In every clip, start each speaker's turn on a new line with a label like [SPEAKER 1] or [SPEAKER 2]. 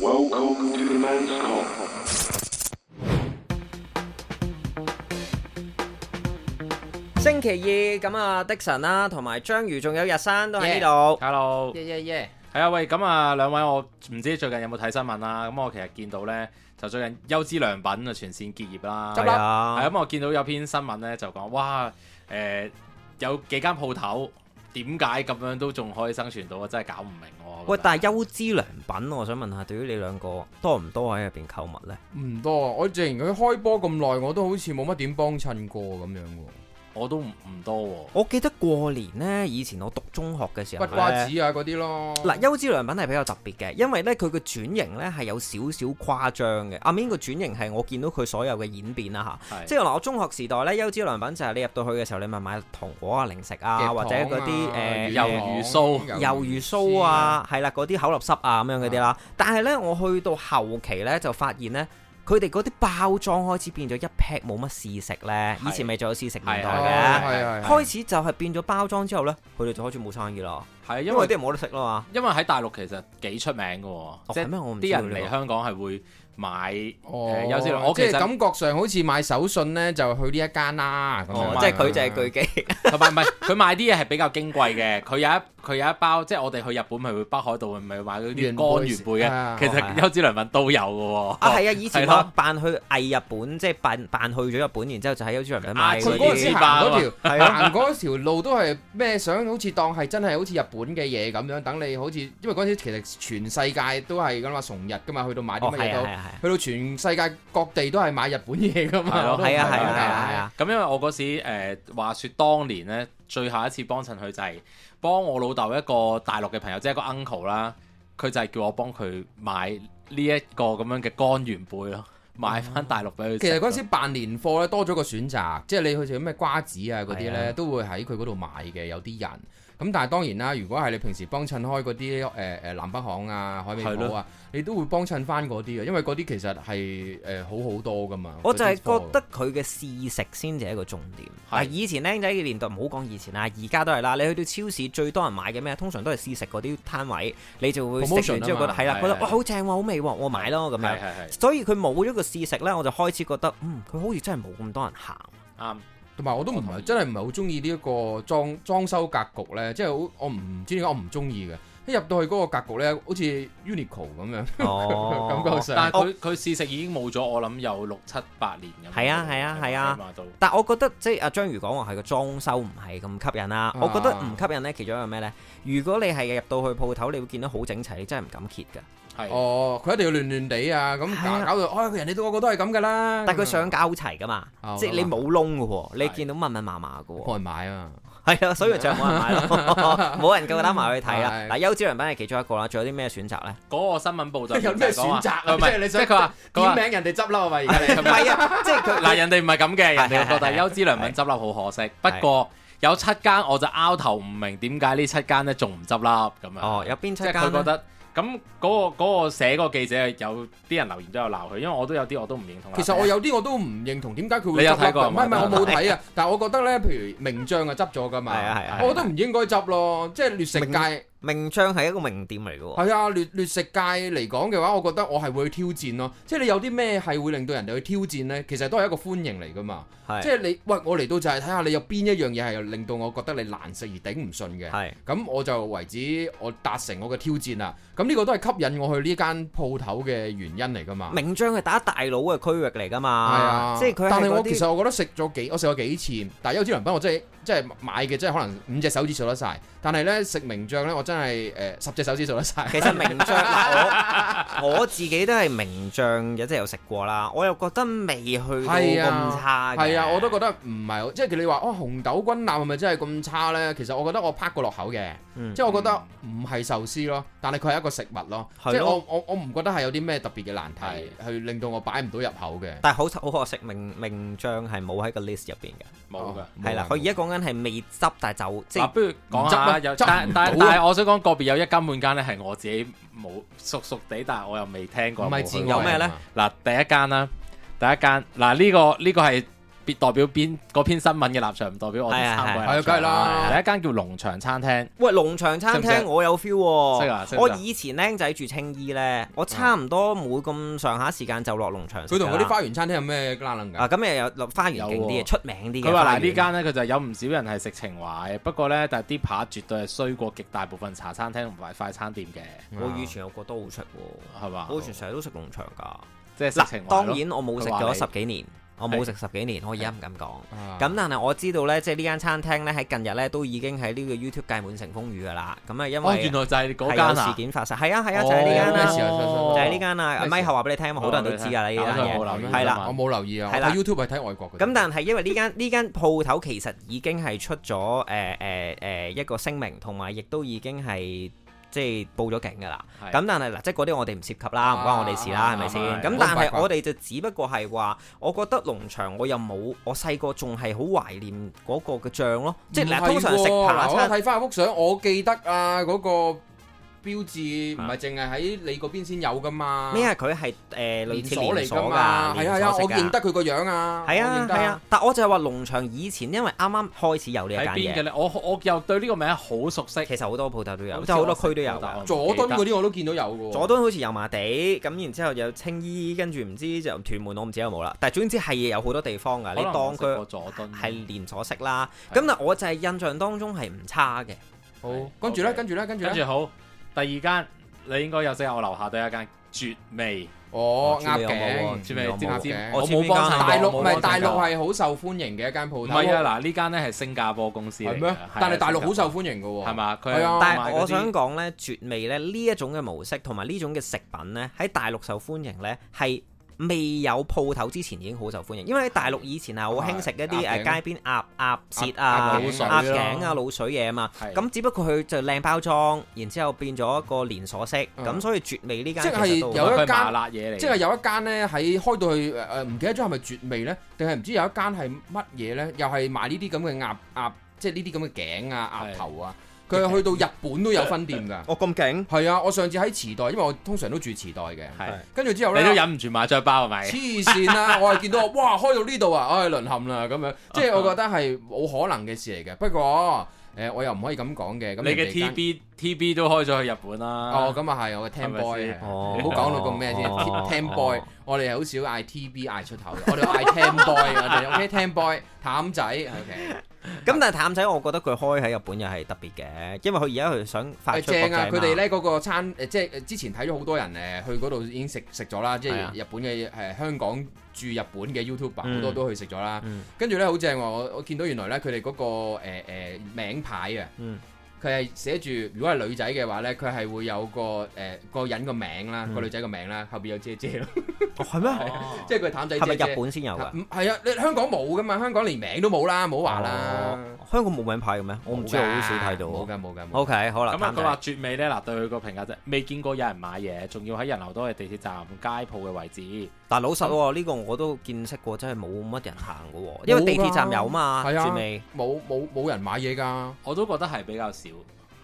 [SPEAKER 1] Welcome to the man's call.
[SPEAKER 2] 星期二咁啊，的神啦，同埋章魚仲有日山都喺呢度。
[SPEAKER 3] Hello，
[SPEAKER 4] 耶耶耶！
[SPEAKER 3] 係啊，喂，咁啊，兩位我唔知最近有冇睇新聞啦，咁我其實見到呢，就最近優之良品啊全線結業啦，
[SPEAKER 4] 執
[SPEAKER 3] 係
[SPEAKER 4] 笠
[SPEAKER 3] 啊，
[SPEAKER 2] 啊，
[SPEAKER 3] 咁我見到有篇新聞呢，就講，哇，誒、有幾間鋪頭點解咁樣都仲可以生存到啊，真係搞唔明我。
[SPEAKER 2] 喂，但係優之良品，我想問下，對於你兩個多唔多喺入邊購物呢？
[SPEAKER 4] 唔多啊！我之前佢開波咁耐，我都好似冇乜點幫襯過咁樣喎。
[SPEAKER 3] 我都唔唔多喎、
[SPEAKER 2] 我記得過年呢，以前我讀中學嘅時候
[SPEAKER 4] 骨
[SPEAKER 2] 呢，
[SPEAKER 4] 瓜子啊嗰啲咯。
[SPEAKER 2] 嗱，優之良品係比較特別嘅，因為咧佢嘅轉型咧係有少少誇張嘅。阿 Min 個轉型係我見到佢所有嘅演變啦吓，
[SPEAKER 3] 係
[SPEAKER 2] 即係嗱，我中學時代咧，優之良品就係你入到去嘅時候，你咪買糖果啊、零食啊，或者嗰啲誒
[SPEAKER 4] 啊
[SPEAKER 3] 魚油魷魚酥
[SPEAKER 2] 魷魚酥啊，係啦，嗰啲口立濕啊咁樣嗰啲啦。但係咧，我去到後期咧就發現咧。佢哋嗰啲包裝開始變咗一劈冇乜試食咧，以前咪仲有試食年
[SPEAKER 3] 係
[SPEAKER 2] 代
[SPEAKER 3] 啊
[SPEAKER 4] 係
[SPEAKER 2] 嘅，
[SPEAKER 4] 係
[SPEAKER 2] 開始就係變咗包裝之後咧，佢哋就開始冇生意啦，
[SPEAKER 3] 係
[SPEAKER 2] 因
[SPEAKER 3] 因
[SPEAKER 2] 為
[SPEAKER 3] 為
[SPEAKER 2] 啲人冇得食啦嘛。哦
[SPEAKER 3] 因為喺大陸其實幾出名嘅喎，即
[SPEAKER 2] 係咩我唔知
[SPEAKER 3] 啲人
[SPEAKER 2] 喎呢個
[SPEAKER 3] 嚟香港係會買誒
[SPEAKER 4] 哦，
[SPEAKER 3] 優之良，我
[SPEAKER 4] 即
[SPEAKER 3] 其
[SPEAKER 4] 係
[SPEAKER 3] 實
[SPEAKER 4] 感覺上好似買手信咧，就去呢一間啦。咁樣
[SPEAKER 2] 哦
[SPEAKER 3] 同埋，
[SPEAKER 2] 即係佢就係巨基，
[SPEAKER 3] 同埋唔係佢賣啲嘢係比較矜貴嘅，佢有一佢有一包，即係我哋去日本咪會北海道咪買嗰啲
[SPEAKER 4] 原
[SPEAKER 3] 乾
[SPEAKER 4] 貝
[SPEAKER 3] 原
[SPEAKER 4] 係
[SPEAKER 3] 貝
[SPEAKER 4] 啊
[SPEAKER 3] 嘅，其
[SPEAKER 2] 哦
[SPEAKER 3] 實
[SPEAKER 2] 係
[SPEAKER 3] 優之良品都有嘅喎。
[SPEAKER 2] 啊係啊！以前
[SPEAKER 3] 係咯
[SPEAKER 2] 我扮去偽日本，即係扮扮去咗日本，然之後就喺優之良品買
[SPEAKER 3] 啊
[SPEAKER 2] 嗰
[SPEAKER 4] 佢嗰陣
[SPEAKER 2] 啲
[SPEAKER 4] 時
[SPEAKER 3] 嗰啲
[SPEAKER 4] 行
[SPEAKER 3] 吧
[SPEAKER 4] 嗰
[SPEAKER 2] 係
[SPEAKER 4] 條行嗰條路都係咩？想好似當係真係好似日本嘅嘢咁樣，等你好似因為嗰陣時其實全世界都係咁嘛，崇日噶嘛，去到買
[SPEAKER 2] 哦
[SPEAKER 4] 啲
[SPEAKER 2] 係
[SPEAKER 4] 乜嘢
[SPEAKER 2] 啊
[SPEAKER 4] 都
[SPEAKER 2] 係。啊
[SPEAKER 4] 去到全世界各地都係買日本嘢噶嘛，
[SPEAKER 3] 係咯
[SPEAKER 4] 我都唔
[SPEAKER 2] 係啊係啊係
[SPEAKER 4] 明
[SPEAKER 2] 啊
[SPEAKER 4] 白
[SPEAKER 2] 係啊係啊！
[SPEAKER 3] 咁因為我嗰時誒話説當年咧，最後一次幫襯佢就係幫我老豆一個大陸嘅朋友，即係一個 uncle 啦，佢就係叫我幫佢買呢一個咁樣嘅乾原貝咯，
[SPEAKER 2] 嗯
[SPEAKER 3] 買翻大陸俾佢食咯。
[SPEAKER 4] 其實嗰陣時辦年貨咧，多咗個選擇，即係你好似咩瓜子啊嗰啲
[SPEAKER 2] 係啊
[SPEAKER 4] 咧，都會喺佢嗰度買嘅。有啲人咁，但係當然啦，如果係你平時幫襯開嗰啲誒誒南北行啊、海味
[SPEAKER 3] 係
[SPEAKER 4] 鋪
[SPEAKER 3] 咯
[SPEAKER 4] 啊，你都會幫襯翻嗰啲啊嘅，因為嗰啲其實係誒、好好多噶嘛。
[SPEAKER 2] 我就係
[SPEAKER 4] 係
[SPEAKER 2] 覺得佢嘅試食先至係一個重點。
[SPEAKER 3] 係
[SPEAKER 2] 嗱，以前僆仔嘅年代唔好講以前啦，而家都係啦。你去到超市最多人買嘅咩？通常都係試食嗰啲攤位，你就會食
[SPEAKER 4] Promotion
[SPEAKER 2] 完之後覺
[SPEAKER 4] 啊
[SPEAKER 2] 得
[SPEAKER 4] 嘛
[SPEAKER 2] 係啦，
[SPEAKER 3] 係
[SPEAKER 2] 覺得
[SPEAKER 3] 係
[SPEAKER 2] 哇好正喎，好味喎，我買咯咁
[SPEAKER 3] 係
[SPEAKER 2] 樣。
[SPEAKER 3] 係係
[SPEAKER 2] 所以佢冇咗個試食呢，我就開始覺得嗯，佢好似真係冇咁多人行。
[SPEAKER 3] 啱。
[SPEAKER 4] 同埋我都唔
[SPEAKER 2] 哦
[SPEAKER 4] 係真係唔係好中意呢一個裝裝修格局咧，即係好我唔知點解我唔中意嘅。一入到去嗰個格局咧，好似 Uniqlo 咁樣，
[SPEAKER 2] 哦
[SPEAKER 4] 感覺上。
[SPEAKER 3] 但係佢佢試食已經冇咗，我諗有六七八年咁樣。
[SPEAKER 2] 係啊係啊係啊
[SPEAKER 3] 起碼都
[SPEAKER 2] 但我覺得即係阿章魚講話係個裝修唔係咁吸引啦、
[SPEAKER 4] 啊
[SPEAKER 2] 我覺得唔吸引呢，其中一個咩呢？如果你係入到去鋪頭，你會見到好整齊，你真係唔敢揭㗎。
[SPEAKER 3] 係。
[SPEAKER 4] 哦，佢一定要亂亂地啊，咁
[SPEAKER 2] 係啊
[SPEAKER 4] 搞搞到，哎，人哋都個個都係咁噶啦。
[SPEAKER 2] 但係佢
[SPEAKER 4] 咁
[SPEAKER 2] 上架好齊㗎嘛，
[SPEAKER 4] 啊
[SPEAKER 2] 即係你冇窿㗎喎，你
[SPEAKER 3] 係
[SPEAKER 2] 見到密密麻麻㗎
[SPEAKER 4] 啊
[SPEAKER 2] 喎。
[SPEAKER 4] 冇人買啊，
[SPEAKER 2] 係啊，所以就冇人買 咯，冇人夠膽埋去睇啦。
[SPEAKER 4] 係
[SPEAKER 2] 嗱，優質良品係其中一個啦，仲有啲咩選 擇呢？
[SPEAKER 3] 嗰個新聞報就
[SPEAKER 4] 有咩選擇啊
[SPEAKER 3] 唔係
[SPEAKER 4] 即係你
[SPEAKER 3] 即
[SPEAKER 4] 想
[SPEAKER 3] 係佢話佢
[SPEAKER 4] 點
[SPEAKER 3] 話
[SPEAKER 4] 名人哋執笠啊嘛， 而家你
[SPEAKER 2] 唔係啊，即係佢
[SPEAKER 3] 嗱，人哋唔係咁嘅，人哋覺
[SPEAKER 2] 係
[SPEAKER 3] 得
[SPEAKER 2] 係係
[SPEAKER 3] 優之良品執笠好可惜。不過有七間我就拗頭唔明點解呢七間咧仲唔執笠咁樣。
[SPEAKER 2] 哦，有邊
[SPEAKER 3] 即
[SPEAKER 2] 七
[SPEAKER 3] 係
[SPEAKER 2] 間
[SPEAKER 3] 佢覺
[SPEAKER 2] 呢？
[SPEAKER 4] 啊
[SPEAKER 3] 得咁嗰個嗰個寫嗰個記者有啲人留言都有鬧佢，因為我都有啲我都唔認同啦。
[SPEAKER 4] 其實我有啲我都唔認同，點解佢
[SPEAKER 3] 你
[SPEAKER 4] 會
[SPEAKER 3] 有
[SPEAKER 4] 執笠
[SPEAKER 3] 睇過
[SPEAKER 4] 㗎？唔係唔係，
[SPEAKER 3] 係
[SPEAKER 4] 我
[SPEAKER 3] 嘛
[SPEAKER 4] 冇睇啊。但係我覺得咧，譬如名將啊執咗噶嘛，
[SPEAKER 2] 係啊係啊
[SPEAKER 4] 我覺得唔應該執咯。即係劣食界
[SPEAKER 2] 名將係一個名店嚟㗎喎。
[SPEAKER 4] 係啊，劣劣食界嚟講嘅話，我覺得我係會去挑戰咯。即係你有啲咩係會令到人哋去挑戰咧？其實都係一個歡迎嚟噶嘛。即
[SPEAKER 2] 係
[SPEAKER 4] 係你喂，我嚟到就係睇下你有邊一樣嘢係令到我覺得你難食而頂唔順嘅。
[SPEAKER 2] 係
[SPEAKER 4] 咁我就為止我達成我嘅挑戰啦。咁呢個都係吸引我去呢間鋪頭嘅原因嚟噶嘛。啊
[SPEAKER 2] 名將係打大佬嘅區域嚟㗎嘛，即係佢
[SPEAKER 4] 但
[SPEAKER 2] 係
[SPEAKER 4] 係
[SPEAKER 2] 嗰
[SPEAKER 4] 我其
[SPEAKER 2] 啲
[SPEAKER 4] 實我覺得食咗幾，我食咗幾次，但係優之良品我真係真係買嘅，真係可能五隻手指數得晒。但係咧食名將咧，我真係誒、呃十隻手指數得晒。
[SPEAKER 2] 其實名 將嗱，我我自己都係名將，有即係有食過啦，我又覺得未去到
[SPEAKER 4] 係啊
[SPEAKER 2] 咁差嘅。
[SPEAKER 4] 係啊，我都覺得唔係好，即係你話哦紅豆軍艦係咪真係咁差咧？其實我覺得我拍過落口嘅，
[SPEAKER 2] 嗯
[SPEAKER 4] 即係我覺得唔係壽司咯，但係佢係一個食物咯，
[SPEAKER 2] 係咯
[SPEAKER 4] 即係我我我唔覺得係有啲咩特別嘅難題去令到我擺唔到入口嘅。
[SPEAKER 2] 但係好好可惜，名名將係冇喺個 list 入邊嘅，
[SPEAKER 3] 冇啊㗎。
[SPEAKER 4] 冇
[SPEAKER 2] 係啦。佢而家講緊係未執，但係就即
[SPEAKER 3] 嗱，
[SPEAKER 2] 係
[SPEAKER 3] 不如講
[SPEAKER 4] 唔執
[SPEAKER 3] 下
[SPEAKER 4] 啊
[SPEAKER 3] 有，
[SPEAKER 4] 執
[SPEAKER 3] 但
[SPEAKER 4] 唔
[SPEAKER 3] 但
[SPEAKER 4] 到啊
[SPEAKER 3] 但係我想講個別有一間半間咧係我自己冇熟熟地，但係我又未聽過。
[SPEAKER 4] 唔係
[SPEAKER 3] 冇去
[SPEAKER 4] 自
[SPEAKER 3] 過
[SPEAKER 4] 我
[SPEAKER 2] 有咩呢
[SPEAKER 4] 啊嘛
[SPEAKER 3] 嗱，第一間啦，第第一間嗱呢個呢個係別代表邊嗰篇新聞嘅立場，唔代表我哋三個
[SPEAKER 4] 係啊
[SPEAKER 3] 人。
[SPEAKER 4] 梗係啦
[SPEAKER 3] 第一間叫農場餐廳，
[SPEAKER 2] 喂，農場餐
[SPEAKER 3] 識唔識
[SPEAKER 2] 廳我有 feel
[SPEAKER 3] 識
[SPEAKER 2] 喎、
[SPEAKER 3] 啊識唔識啊
[SPEAKER 2] 我以前僆仔住青衣呢，我差唔多每咁上下時間就落農場食
[SPEAKER 4] 佢同
[SPEAKER 2] 㗎啦。
[SPEAKER 4] 嗰啲花園餐廳有咩拉楞㗎？
[SPEAKER 2] 啊，咁又有落花園勁啲
[SPEAKER 3] 有喎
[SPEAKER 2] 嘅，出名啲嘅。
[SPEAKER 3] 佢話
[SPEAKER 2] 花
[SPEAKER 3] 嗱
[SPEAKER 2] 園
[SPEAKER 3] 呢間呢，佢就有唔少人係食情懷，不過呢，但係啲扒絕對係衰過極大部分茶餐廳同埋快餐店嘅，
[SPEAKER 2] 我以前有個都好食喎，
[SPEAKER 3] 係嘛？
[SPEAKER 2] 我以前成日都食農場㗎。
[SPEAKER 3] 即係食情
[SPEAKER 2] 嗱，
[SPEAKER 3] 懷
[SPEAKER 2] 當
[SPEAKER 3] 咯
[SPEAKER 2] 然我冇食
[SPEAKER 3] 佢話
[SPEAKER 2] 咗
[SPEAKER 3] 你
[SPEAKER 2] 十幾年，我冇
[SPEAKER 3] 係
[SPEAKER 2] 食十幾年，我而家唔敢講。
[SPEAKER 4] 啊
[SPEAKER 2] 咁但係我知道呢，即係呢間餐廳呢，喺近日呢都已經喺呢個 YouTube 界滿城風雨㗎啦。咁啊，因
[SPEAKER 3] 哦，
[SPEAKER 2] 為
[SPEAKER 3] 原來就係嗰
[SPEAKER 2] 係
[SPEAKER 3] 間
[SPEAKER 2] 有
[SPEAKER 3] 啊
[SPEAKER 2] 事，件發生，係啊係啊，就係呢間
[SPEAKER 4] 咩
[SPEAKER 2] 啦
[SPEAKER 4] 事，啊
[SPEAKER 2] 就
[SPEAKER 4] 就
[SPEAKER 2] 係呢間啦。阿
[SPEAKER 4] 咩
[SPEAKER 2] 咪
[SPEAKER 4] 事
[SPEAKER 2] 後話俾你聽，因為好多人都知㗎啦呢
[SPEAKER 3] 我
[SPEAKER 4] Dạ,
[SPEAKER 2] 單
[SPEAKER 3] 真係
[SPEAKER 2] 嘢
[SPEAKER 3] 冇。留意
[SPEAKER 2] 係啦
[SPEAKER 4] 我冇留意啊，我
[SPEAKER 2] 係啦
[SPEAKER 4] 睇 à? YouTube 係睇外國嘅。
[SPEAKER 2] 咁但係因為呢間呢間鋪頭其實已經係出咗誒誒誒一個聲明，同埋亦都已經係即係報咗警㗎啦。
[SPEAKER 3] 係
[SPEAKER 2] 咁但係嗱，即係嗰啲我哋唔涉及啦，唔關我哋事啦，
[SPEAKER 4] 啊
[SPEAKER 2] 係咪先？
[SPEAKER 3] 啱啊
[SPEAKER 2] 咁
[SPEAKER 4] 啱
[SPEAKER 2] 但
[SPEAKER 4] 好八
[SPEAKER 2] 係
[SPEAKER 4] 卦
[SPEAKER 2] 我哋就只不過係話，我覺得農場我又冇，我細個仲係好懷念嗰個嘅醬咯。
[SPEAKER 4] Ừ,
[SPEAKER 2] 即係嗱，通常食扒
[SPEAKER 4] 嗱我
[SPEAKER 2] 餐
[SPEAKER 4] 睇翻幅相，我記得啊嗰個標誌唔係淨係喺你嗰邊先有噶嘛，
[SPEAKER 2] 咩啊？佢係誒類似連鎖
[SPEAKER 4] 連鎖嚟㗎
[SPEAKER 2] 㗎，
[SPEAKER 4] 嘛，係啊
[SPEAKER 2] 連
[SPEAKER 4] 係啊，
[SPEAKER 2] 鎖式
[SPEAKER 4] 我
[SPEAKER 2] 㗎
[SPEAKER 4] 認得佢個樣啊，
[SPEAKER 2] 係
[SPEAKER 4] 我
[SPEAKER 2] 啊
[SPEAKER 4] 認得
[SPEAKER 2] 係啊，，但我就係話農場以前因為啱啱開始有呢一
[SPEAKER 3] 喺
[SPEAKER 2] 間
[SPEAKER 3] 邊嘅
[SPEAKER 2] 嘢，
[SPEAKER 3] 咧？我我又對呢個名好熟悉，
[SPEAKER 2] 其實好多鋪頭都有，
[SPEAKER 3] 好
[SPEAKER 2] 即
[SPEAKER 3] 似
[SPEAKER 2] 係好
[SPEAKER 3] 我
[SPEAKER 2] 多
[SPEAKER 3] 食
[SPEAKER 2] 區都有
[SPEAKER 3] 過但
[SPEAKER 2] 㗎
[SPEAKER 3] 我。唔
[SPEAKER 4] 佐
[SPEAKER 3] 記得
[SPEAKER 4] 敦嗰啲我都見到有嘅喎，
[SPEAKER 2] 佐敦好似油麻地，咁然之後有青衣，跟住唔知就屯門，我唔知有冇啦。但係總之係有好多地方㗎，
[SPEAKER 3] 可
[SPEAKER 2] 你
[SPEAKER 3] 能
[SPEAKER 2] 當
[SPEAKER 3] 我食過嗯
[SPEAKER 2] 佢
[SPEAKER 3] 佐敦
[SPEAKER 2] 係連鎖式啦。
[SPEAKER 3] 係
[SPEAKER 2] 咁但我就係印象當中係唔差嘅。
[SPEAKER 4] 好，跟住咧，
[SPEAKER 3] OK
[SPEAKER 4] 跟住咧，跟住
[SPEAKER 3] 跟
[SPEAKER 4] 咧，
[SPEAKER 3] 住好，第二間你應該有識，我樓下都有一間絕味，
[SPEAKER 4] 哦鴨
[SPEAKER 2] 我
[SPEAKER 4] 頸，
[SPEAKER 2] 知
[SPEAKER 3] 絕
[SPEAKER 2] 你有
[SPEAKER 3] 味
[SPEAKER 2] 冇喎
[SPEAKER 3] 知唔
[SPEAKER 4] 知
[SPEAKER 3] 知
[SPEAKER 4] 你有冇？
[SPEAKER 2] 我
[SPEAKER 3] 我
[SPEAKER 2] 知邊
[SPEAKER 3] 冇幫
[SPEAKER 2] 間
[SPEAKER 3] 襯
[SPEAKER 2] 啊
[SPEAKER 3] 過，
[SPEAKER 4] 大陸
[SPEAKER 3] 我冇
[SPEAKER 4] 唔
[SPEAKER 3] 幫
[SPEAKER 4] 係
[SPEAKER 3] 襯
[SPEAKER 4] 大陸
[SPEAKER 3] 過
[SPEAKER 4] 係好受歡迎嘅一間鋪
[SPEAKER 3] 唔
[SPEAKER 4] 頭，
[SPEAKER 3] 係啊，嗱呢間咧係新加坡公司嚟
[SPEAKER 4] 係
[SPEAKER 3] 嘅啊
[SPEAKER 4] 咩？但係大陸好受
[SPEAKER 3] 歡
[SPEAKER 4] 歡迎嘅喎，
[SPEAKER 3] 係？嘛？佢
[SPEAKER 4] 係啊
[SPEAKER 2] 但
[SPEAKER 3] 賣
[SPEAKER 2] 係
[SPEAKER 3] 嗰啲
[SPEAKER 2] 我想講呢，絕味呢，呢一種嘅模式同埋呢種嘅食品呢，喺大陸受歡迎呢係。未有鋪頭之前已經好受歡迎，因為喺大陸以前係好興食一啲誒
[SPEAKER 4] 係鴨頸
[SPEAKER 2] 街邊鴨鴨舌
[SPEAKER 4] 鴨
[SPEAKER 2] 啊、
[SPEAKER 4] 頸
[SPEAKER 2] 鴨頸啊、滷水嘢啊嘛。
[SPEAKER 3] 係
[SPEAKER 2] 咁只不過佢就靚包裝，然之後變咗一個連鎖式，咁所以絕味呢間
[SPEAKER 4] 即係
[SPEAKER 2] 其實都好
[SPEAKER 4] 有一
[SPEAKER 3] 佢係
[SPEAKER 4] 間
[SPEAKER 3] 麻辣嘢嚟嘅，
[SPEAKER 4] 即係有一間咧喺開到去誒誒，唔記得咗係咪絕味咧，定係唔知有一間係乜嘢咧？又係賣呢啲咁嘅鴨鴨，即係呢啲咁嘅頸啊、
[SPEAKER 3] 係
[SPEAKER 4] 鴨頭啊，佢去到日本都有分店㗎。
[SPEAKER 2] 哦咁勁，
[SPEAKER 4] 係啊，我上次喺池袋，因為我通常都住池袋嘅，
[SPEAKER 3] 係
[SPEAKER 4] 跟住之後
[SPEAKER 3] 你
[SPEAKER 4] 咧
[SPEAKER 3] 都。忍唔住買張包係咪？
[SPEAKER 4] 黐線 啦！我係見到哇，開到呢度啊，唉，淪陷啦咁樣，即係我覺得係冇可能嘅事嚟嘅。不過誒、我又唔可以咁講嘅。咁
[SPEAKER 3] 你嘅
[SPEAKER 4] 人哋間
[SPEAKER 3] TB TB 都開咗去日本啦。
[SPEAKER 4] 哦，咁啊係，我嘅 Ten
[SPEAKER 3] 咪
[SPEAKER 4] Boy，
[SPEAKER 3] 先
[SPEAKER 4] 係
[SPEAKER 2] 哦
[SPEAKER 4] 唔好講到咁咩先
[SPEAKER 2] 哦
[SPEAKER 4] ，Ten
[SPEAKER 2] 哦
[SPEAKER 4] Boy，我哋係好少嗌 TB 嗌出頭嘅，我哋嗌 Ten Boy，我哋 OK，Ten Boy，淡仔，OK，
[SPEAKER 2] 咁但係淡仔，我覺得佢開喺日本又係特別嘅，因為佢而家佢想發
[SPEAKER 4] 誒
[SPEAKER 2] 出國際
[SPEAKER 4] 正啊！佢哋
[SPEAKER 2] 咧，
[SPEAKER 4] 咧嗰個餐誒，即係誒之前睇咗好多人誒去嗰度已經食食咗啦，即
[SPEAKER 3] 係啊
[SPEAKER 4] 係日本嘅誒香港住日本嘅 YouTuber 好
[SPEAKER 2] 嗯
[SPEAKER 4] 多都去食咗啦
[SPEAKER 2] 嗯。
[SPEAKER 4] 跟住咧好正喎，我我見到原來咧佢哋嗰個誒誒名牌啊
[SPEAKER 2] 嗯。
[SPEAKER 4] 佢係寫住，如果係女仔嘅話咧，佢係會有個誒、個人個名啦，個
[SPEAKER 2] 嗯
[SPEAKER 4] 女仔個名啦，後邊有姐姐咯。
[SPEAKER 2] 哦係咩？
[SPEAKER 3] 哦
[SPEAKER 4] 即係佢淡仔
[SPEAKER 2] 係咪
[SPEAKER 4] 姐姐
[SPEAKER 2] 日本先有㗎？
[SPEAKER 4] 唔係啊，你香港冇噶嘛，香港連名都冇啦，冇話啦
[SPEAKER 2] 哦。香港冇名牌嘅咩？我唔知，我好少睇
[SPEAKER 4] 冇
[SPEAKER 2] 到。
[SPEAKER 4] 噶冇噶冇㗎。
[SPEAKER 2] O K，好啦，
[SPEAKER 3] 咁啊，
[SPEAKER 2] 淡
[SPEAKER 3] 佢話
[SPEAKER 2] 仔，
[SPEAKER 3] 絕美咧，嗱對佢個評價啫，未見過有人買嘢，仲要喺人流多嘅地鐵站街鋪嘅位置。
[SPEAKER 2] 但老實喎，呢個我都見識過，真係冇乜人行嘅喎，因為地鐵站有嘛，
[SPEAKER 4] 係啊
[SPEAKER 2] 絕味
[SPEAKER 4] 冇冇冇人買嘢㗎，
[SPEAKER 3] 我都覺得係比較少，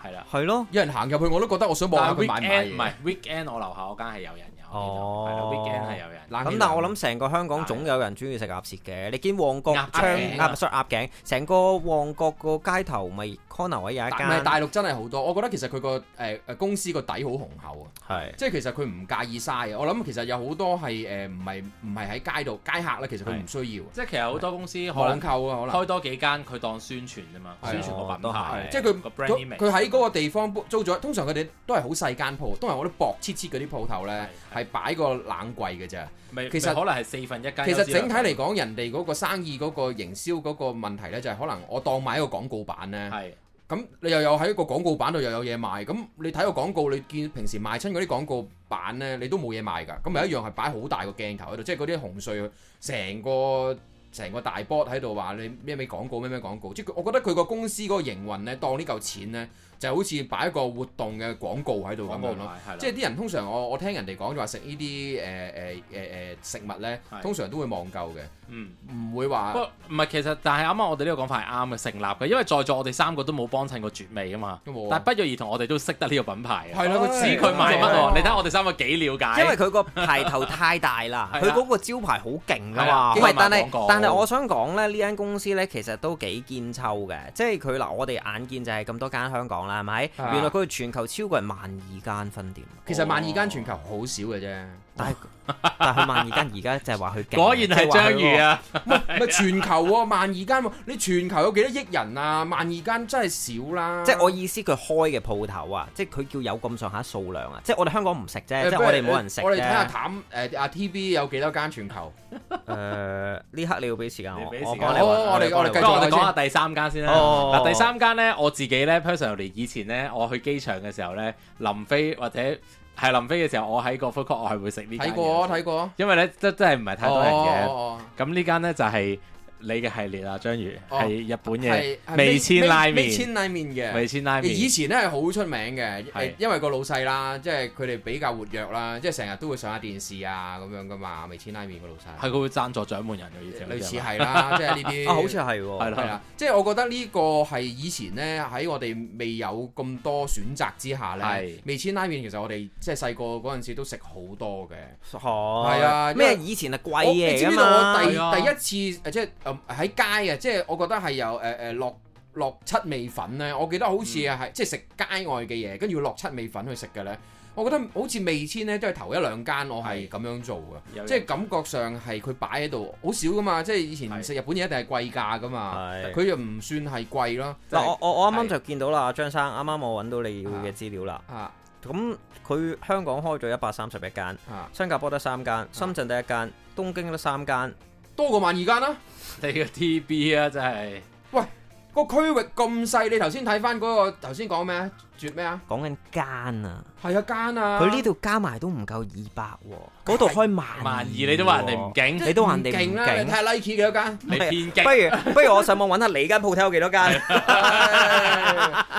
[SPEAKER 3] 係啦。
[SPEAKER 2] 係咯。
[SPEAKER 4] 有人行入去我都覺得我想望
[SPEAKER 3] 但
[SPEAKER 4] 下
[SPEAKER 3] 係 weekend 唔
[SPEAKER 4] 佢買唔買
[SPEAKER 3] 係
[SPEAKER 4] 嘢。
[SPEAKER 3] weekend，我樓下嗰間係有人有，
[SPEAKER 2] 哦
[SPEAKER 3] 係啦，weekend 係有人。
[SPEAKER 4] 冷氣
[SPEAKER 2] 咁但係我諗成個香港總有人中意食鴨舌嘅，你見旺角
[SPEAKER 3] 鴨
[SPEAKER 2] 窗
[SPEAKER 3] 頸
[SPEAKER 2] 啊，唔係 sorry 鴨頸，成個旺角個街頭咪 corner 位有一
[SPEAKER 4] 冷氣唔係
[SPEAKER 2] 間，
[SPEAKER 4] 大陸真係好多，我覺得其實佢個誒誒公司個底好雄厚啊，
[SPEAKER 2] 係
[SPEAKER 4] 即係其實佢唔介意嘥啊。我諗其實有好多係誒唔係唔係喺街度街客咧，其實佢唔需要啊，
[SPEAKER 3] 即係其實好多公司可
[SPEAKER 4] 網
[SPEAKER 3] 能
[SPEAKER 4] 購啊可能。
[SPEAKER 3] 開多幾間，佢當宣傳啫嘛，
[SPEAKER 4] 係啊
[SPEAKER 3] 宣傳個品牌，
[SPEAKER 4] 即係佢
[SPEAKER 3] 個 brand
[SPEAKER 4] 佢
[SPEAKER 3] image
[SPEAKER 4] 佢喺嗰個地方租咗，通常佢哋都係好細間鋪，都係我啲薄切切嗰啲鋪頭咧，
[SPEAKER 3] 係
[SPEAKER 4] 係擺個冷櫃嘅啫。
[SPEAKER 3] 咪
[SPEAKER 4] 其
[SPEAKER 3] 其
[SPEAKER 4] 實
[SPEAKER 3] 實可能係四分一間。
[SPEAKER 4] 其實整體嚟講，人哋嗰個生意嗰個營銷嗰個問題咧，就係可能我當買一個廣告版咧，
[SPEAKER 3] 係
[SPEAKER 4] 咁你又有喺個廣告版度又有嘢賣，咁你睇個廣告，你見平時賣親嗰啲廣告版咧，你都冇嘢賣㗎，咁咪一樣係擺好大個鏡頭喺度，即係嗰啲紅隧成個成個大 board 喺度話你咩咩廣告咩咩廣告，即係佢我覺得佢個公司嗰個營運咧，當呢嚿錢咧就好似擺一個活動嘅廣告喺度咁
[SPEAKER 3] 廣告
[SPEAKER 4] 樣咯。
[SPEAKER 3] 牌係啦，
[SPEAKER 4] 即係啲人通常我我聽人哋講就話食呢啲誒誒誒誒食物咧，
[SPEAKER 3] 係
[SPEAKER 4] 通常都會網購嘅，
[SPEAKER 3] 嗯。
[SPEAKER 4] 唔會話
[SPEAKER 3] 不過唔係，其實但係啱啱我哋呢個講法係啱嘅，成立嘅，因為在座我哋三個都冇幫襯過絕味啊嘛。
[SPEAKER 4] 都冇啊
[SPEAKER 3] 但係不約而同，我哋都識得呢個品牌啊嘅，
[SPEAKER 4] 係啊啦，
[SPEAKER 2] 唉
[SPEAKER 3] 知
[SPEAKER 4] 佢知
[SPEAKER 3] 佢賣乜
[SPEAKER 2] 哦
[SPEAKER 3] 喎？你睇我哋三個幾了解。
[SPEAKER 2] 因為佢個牌頭太大啦，
[SPEAKER 3] 哎 係
[SPEAKER 2] 佢
[SPEAKER 3] 啦
[SPEAKER 2] 嗰個招牌好勁噶
[SPEAKER 3] 係
[SPEAKER 2] 嘛。
[SPEAKER 3] 啦
[SPEAKER 2] 喂，但係
[SPEAKER 3] 因為賣廣告
[SPEAKER 2] 但係我想講咧，呢間公司咧其實都幾堅抽嘅，即係佢嗱，我哋眼見就係咁多間香港啦，係咪？
[SPEAKER 4] 啊
[SPEAKER 2] 原來佢全球超過係萬二間分店，
[SPEAKER 4] 其實萬二間全球好少嘅啫，
[SPEAKER 2] 但係但係佢萬二間而家就係話佢勁
[SPEAKER 3] 果然係章魚！啊！
[SPEAKER 4] 唔係全球喎，萬二間喎，你全球有幾多億人啊？萬二間真係少啦。
[SPEAKER 2] 即係我意思，佢開嘅鋪頭啊，即係佢叫有咁上下數量啊，即係我哋香港唔食啫，
[SPEAKER 4] 誒
[SPEAKER 2] 即係
[SPEAKER 4] 不如
[SPEAKER 2] 我哋冇人食
[SPEAKER 4] 誒我哋睇下
[SPEAKER 2] 啫。
[SPEAKER 4] 譚誒阿 TV 有幾多間全球？
[SPEAKER 2] 誒，呢刻你要俾時間我，
[SPEAKER 3] 你俾
[SPEAKER 2] 我
[SPEAKER 3] 時間
[SPEAKER 2] 幫你
[SPEAKER 4] 我
[SPEAKER 2] 搵
[SPEAKER 4] 我哋
[SPEAKER 2] 幫
[SPEAKER 4] 我哋
[SPEAKER 2] 你搵
[SPEAKER 4] 繼續
[SPEAKER 3] 咁我哋講下第三間先啦。
[SPEAKER 2] 哦
[SPEAKER 3] 嗱，第三間咧，我自己咧 personally 以前咧，我去機場嘅時候咧，臨飛或者係臨飛嘅時候，我喺個 food court 我係會食呢間
[SPEAKER 4] 睇
[SPEAKER 3] 嘢
[SPEAKER 4] 過睇過，
[SPEAKER 3] 因為咧真真係唔係太多人嘅。
[SPEAKER 4] 哦。
[SPEAKER 3] 咁呢間咧就係你嘅系列啦，章魚
[SPEAKER 4] 哦
[SPEAKER 3] 係日本
[SPEAKER 4] 係
[SPEAKER 3] 嘢味千拉麵
[SPEAKER 4] 味千拉麵嘅
[SPEAKER 3] 味。千拉
[SPEAKER 4] 以
[SPEAKER 3] 麵。
[SPEAKER 4] 前咧係好出名嘅，誒
[SPEAKER 3] 係
[SPEAKER 4] 因為個老細啦，即係佢哋比較活躍啦，即係成日都會上下電視啊咁樣噶嘛，味千拉麵個老細，
[SPEAKER 3] 係佢會贊助獎門人嘅，以前
[SPEAKER 4] 類似
[SPEAKER 3] 係
[SPEAKER 4] 係啦，即係呢啲
[SPEAKER 2] 啊，好似係喎。
[SPEAKER 3] 係啦
[SPEAKER 4] 係啦，即係我覺得呢個係以前呢，喺我哋未有咁多選擇之下呢
[SPEAKER 3] 係，
[SPEAKER 4] 味千拉麵其實我哋即係細個嗰陣時都食好多嘅。
[SPEAKER 2] 係
[SPEAKER 4] 啊因為
[SPEAKER 2] 咩以前係貴
[SPEAKER 4] 我你
[SPEAKER 2] 嘢
[SPEAKER 4] 知
[SPEAKER 2] 㗎
[SPEAKER 4] 唔知道我
[SPEAKER 2] 嘛？
[SPEAKER 4] 第
[SPEAKER 3] 係啊
[SPEAKER 4] 第一次誒即係誒喺街啊，即係我覺得係由誒誒落落七味粉呢。我記得好似係即係食街外嘅嘢，跟住落七味粉去食嘅呢。我覺得好似味千呢，都係頭一兩間我係咁樣做
[SPEAKER 3] 有
[SPEAKER 4] 嘅，即係感覺上係佢擺喺度好少噶嘛，即係以前
[SPEAKER 3] 係
[SPEAKER 4] 食日本嘢一定係貴價噶嘛，
[SPEAKER 2] 係
[SPEAKER 4] 佢又唔算係貴咯。
[SPEAKER 2] 嗱，我我我啱啱
[SPEAKER 3] 係
[SPEAKER 2] 就見到啦，張生啱啱我揾到你要嘅資料啦。
[SPEAKER 4] 啊
[SPEAKER 2] 咁佢香港開咗一百三十一間，
[SPEAKER 4] 啊，
[SPEAKER 2] 新加坡得三間，深圳得一間，東京得三間。
[SPEAKER 4] 多過萬二間啦。
[SPEAKER 3] 你嘅 TB 啊，真係
[SPEAKER 4] 個區域咁細，你頭先睇翻嗰個頭先講咩啊？絕咩啊？
[SPEAKER 2] 講緊間啊，
[SPEAKER 4] 係啊，間啊。
[SPEAKER 2] 佢呢度加埋都唔夠二百喎，嗰度開萬
[SPEAKER 3] 萬二你都話人哋唔
[SPEAKER 2] 勁，
[SPEAKER 3] 勁，
[SPEAKER 4] 嗯
[SPEAKER 2] 你都話人哋
[SPEAKER 4] 勁
[SPEAKER 2] 唔
[SPEAKER 4] 啦！你睇
[SPEAKER 2] 勁。
[SPEAKER 4] 下 Nike 幾多 間？
[SPEAKER 3] 你偏激啊
[SPEAKER 2] 不，如不如我上網揾下你間鋪頭有幾多間？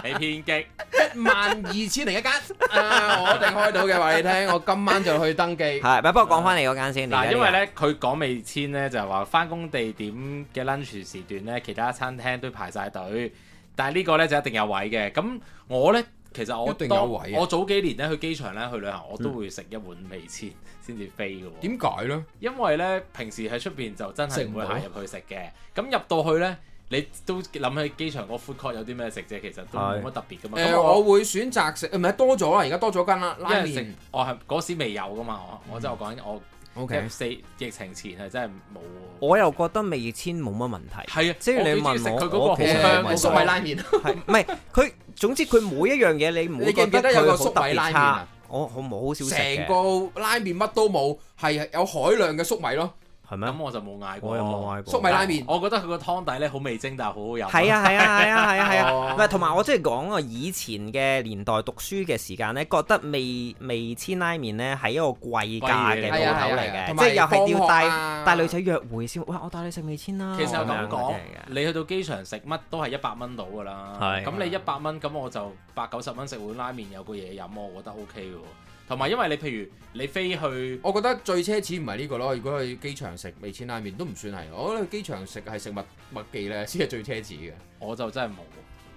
[SPEAKER 3] 你偏激。
[SPEAKER 4] 一萬二千零一間啊！我一定開到嘅話你聽，我今晚就去登記。
[SPEAKER 2] 係，不過講翻你嗰間先。你而
[SPEAKER 3] 嗱，
[SPEAKER 2] 家
[SPEAKER 3] 因為
[SPEAKER 2] 呢
[SPEAKER 3] 咧佢講味千咧就係話翻工地點嘅 lunch 時段咧，其他餐廳都排晒隊，但係呢個咧就一定有位嘅。咁我咧其實我
[SPEAKER 4] 一定
[SPEAKER 3] 當
[SPEAKER 4] 有位啊
[SPEAKER 3] 我早幾年咧去機場咧去旅行，我都會食一碗味千先至飛嘅喎。
[SPEAKER 4] 點解咧？
[SPEAKER 3] 因為咧平時喺出邊就真係唔會行入去食嘅。咁入到去咧，你都諗起機場個 food court 有啲咩食啫，其實都冇乜特別噶嘛。
[SPEAKER 4] 誒，
[SPEAKER 3] 咁我
[SPEAKER 4] 我會選擇食，唔係多咗啦，而家多咗間啦，拉
[SPEAKER 3] 因為食
[SPEAKER 4] 麵。
[SPEAKER 3] 我係嗰時未有噶嘛，我我真係我講緊我
[SPEAKER 4] O
[SPEAKER 3] 一
[SPEAKER 4] K，
[SPEAKER 3] 四疫情前係真係冇。
[SPEAKER 2] 我又覺得味千冇乜問題。
[SPEAKER 3] 係啊，
[SPEAKER 2] 即係你
[SPEAKER 3] 我幾中意食
[SPEAKER 2] 問
[SPEAKER 3] 佢嗰
[SPEAKER 2] 我，
[SPEAKER 3] 個
[SPEAKER 2] 我
[SPEAKER 3] 好
[SPEAKER 2] 其實冇
[SPEAKER 3] 香嗰
[SPEAKER 4] 誒
[SPEAKER 3] 個
[SPEAKER 4] 粟米拉麵，
[SPEAKER 2] 係唔係佢？總之佢每一樣嘢你唔會
[SPEAKER 4] 你記
[SPEAKER 2] 覺
[SPEAKER 4] 唔記
[SPEAKER 2] 得
[SPEAKER 4] 得有個
[SPEAKER 2] 佢
[SPEAKER 4] 粟
[SPEAKER 2] 好
[SPEAKER 4] 米
[SPEAKER 2] 特別
[SPEAKER 4] 拉麵
[SPEAKER 2] 差
[SPEAKER 4] 啊。
[SPEAKER 2] 我好冇 好少食
[SPEAKER 4] 成
[SPEAKER 2] 嘅，
[SPEAKER 4] 個拉麵乜都冇，係有海量嘅粟米咯，
[SPEAKER 2] 係
[SPEAKER 3] 咁
[SPEAKER 2] 咩？
[SPEAKER 3] 我就冇嗌過。
[SPEAKER 2] 我又冇嗌過。
[SPEAKER 4] 啊哦粟米拉麵。
[SPEAKER 3] 我覺得佢個湯底咧好味精，但係好好飲。
[SPEAKER 2] 係啊係啊係啊係啊係
[SPEAKER 4] 哦
[SPEAKER 2] 啊，唔係同埋我即係講啊，以前嘅年代讀書嘅時間咧，覺得味味千拉麵咧係一個貴價嘅
[SPEAKER 3] 貴嘢
[SPEAKER 2] 鋪頭嚟
[SPEAKER 4] 係
[SPEAKER 2] 嘅，
[SPEAKER 4] 啊係啊同
[SPEAKER 2] 即
[SPEAKER 4] 埋
[SPEAKER 2] 係又係要
[SPEAKER 4] 放學
[SPEAKER 2] 帶
[SPEAKER 4] 啊
[SPEAKER 2] 帶女仔約會先，喂我帶你食味千啦，
[SPEAKER 3] 其實
[SPEAKER 2] 咁
[SPEAKER 3] 咁
[SPEAKER 2] 樣嘅
[SPEAKER 3] 講
[SPEAKER 2] 啫，
[SPEAKER 3] 你去到機場食乜都係一百蚊到㗎啦。
[SPEAKER 2] 啊係
[SPEAKER 3] 咁你一百蚊，咁我就八九十蚊食碗拉麵有個嘢飲，我覺得 O K 嘅喎。同埋因為你譬如你飛去，
[SPEAKER 4] 我覺得最奢侈唔係呢個咯，如果去機場食味千拉麵都唔算係，我覺得去機場食係食麥麥記咧先係最奢侈嘅。
[SPEAKER 3] 我就真係冇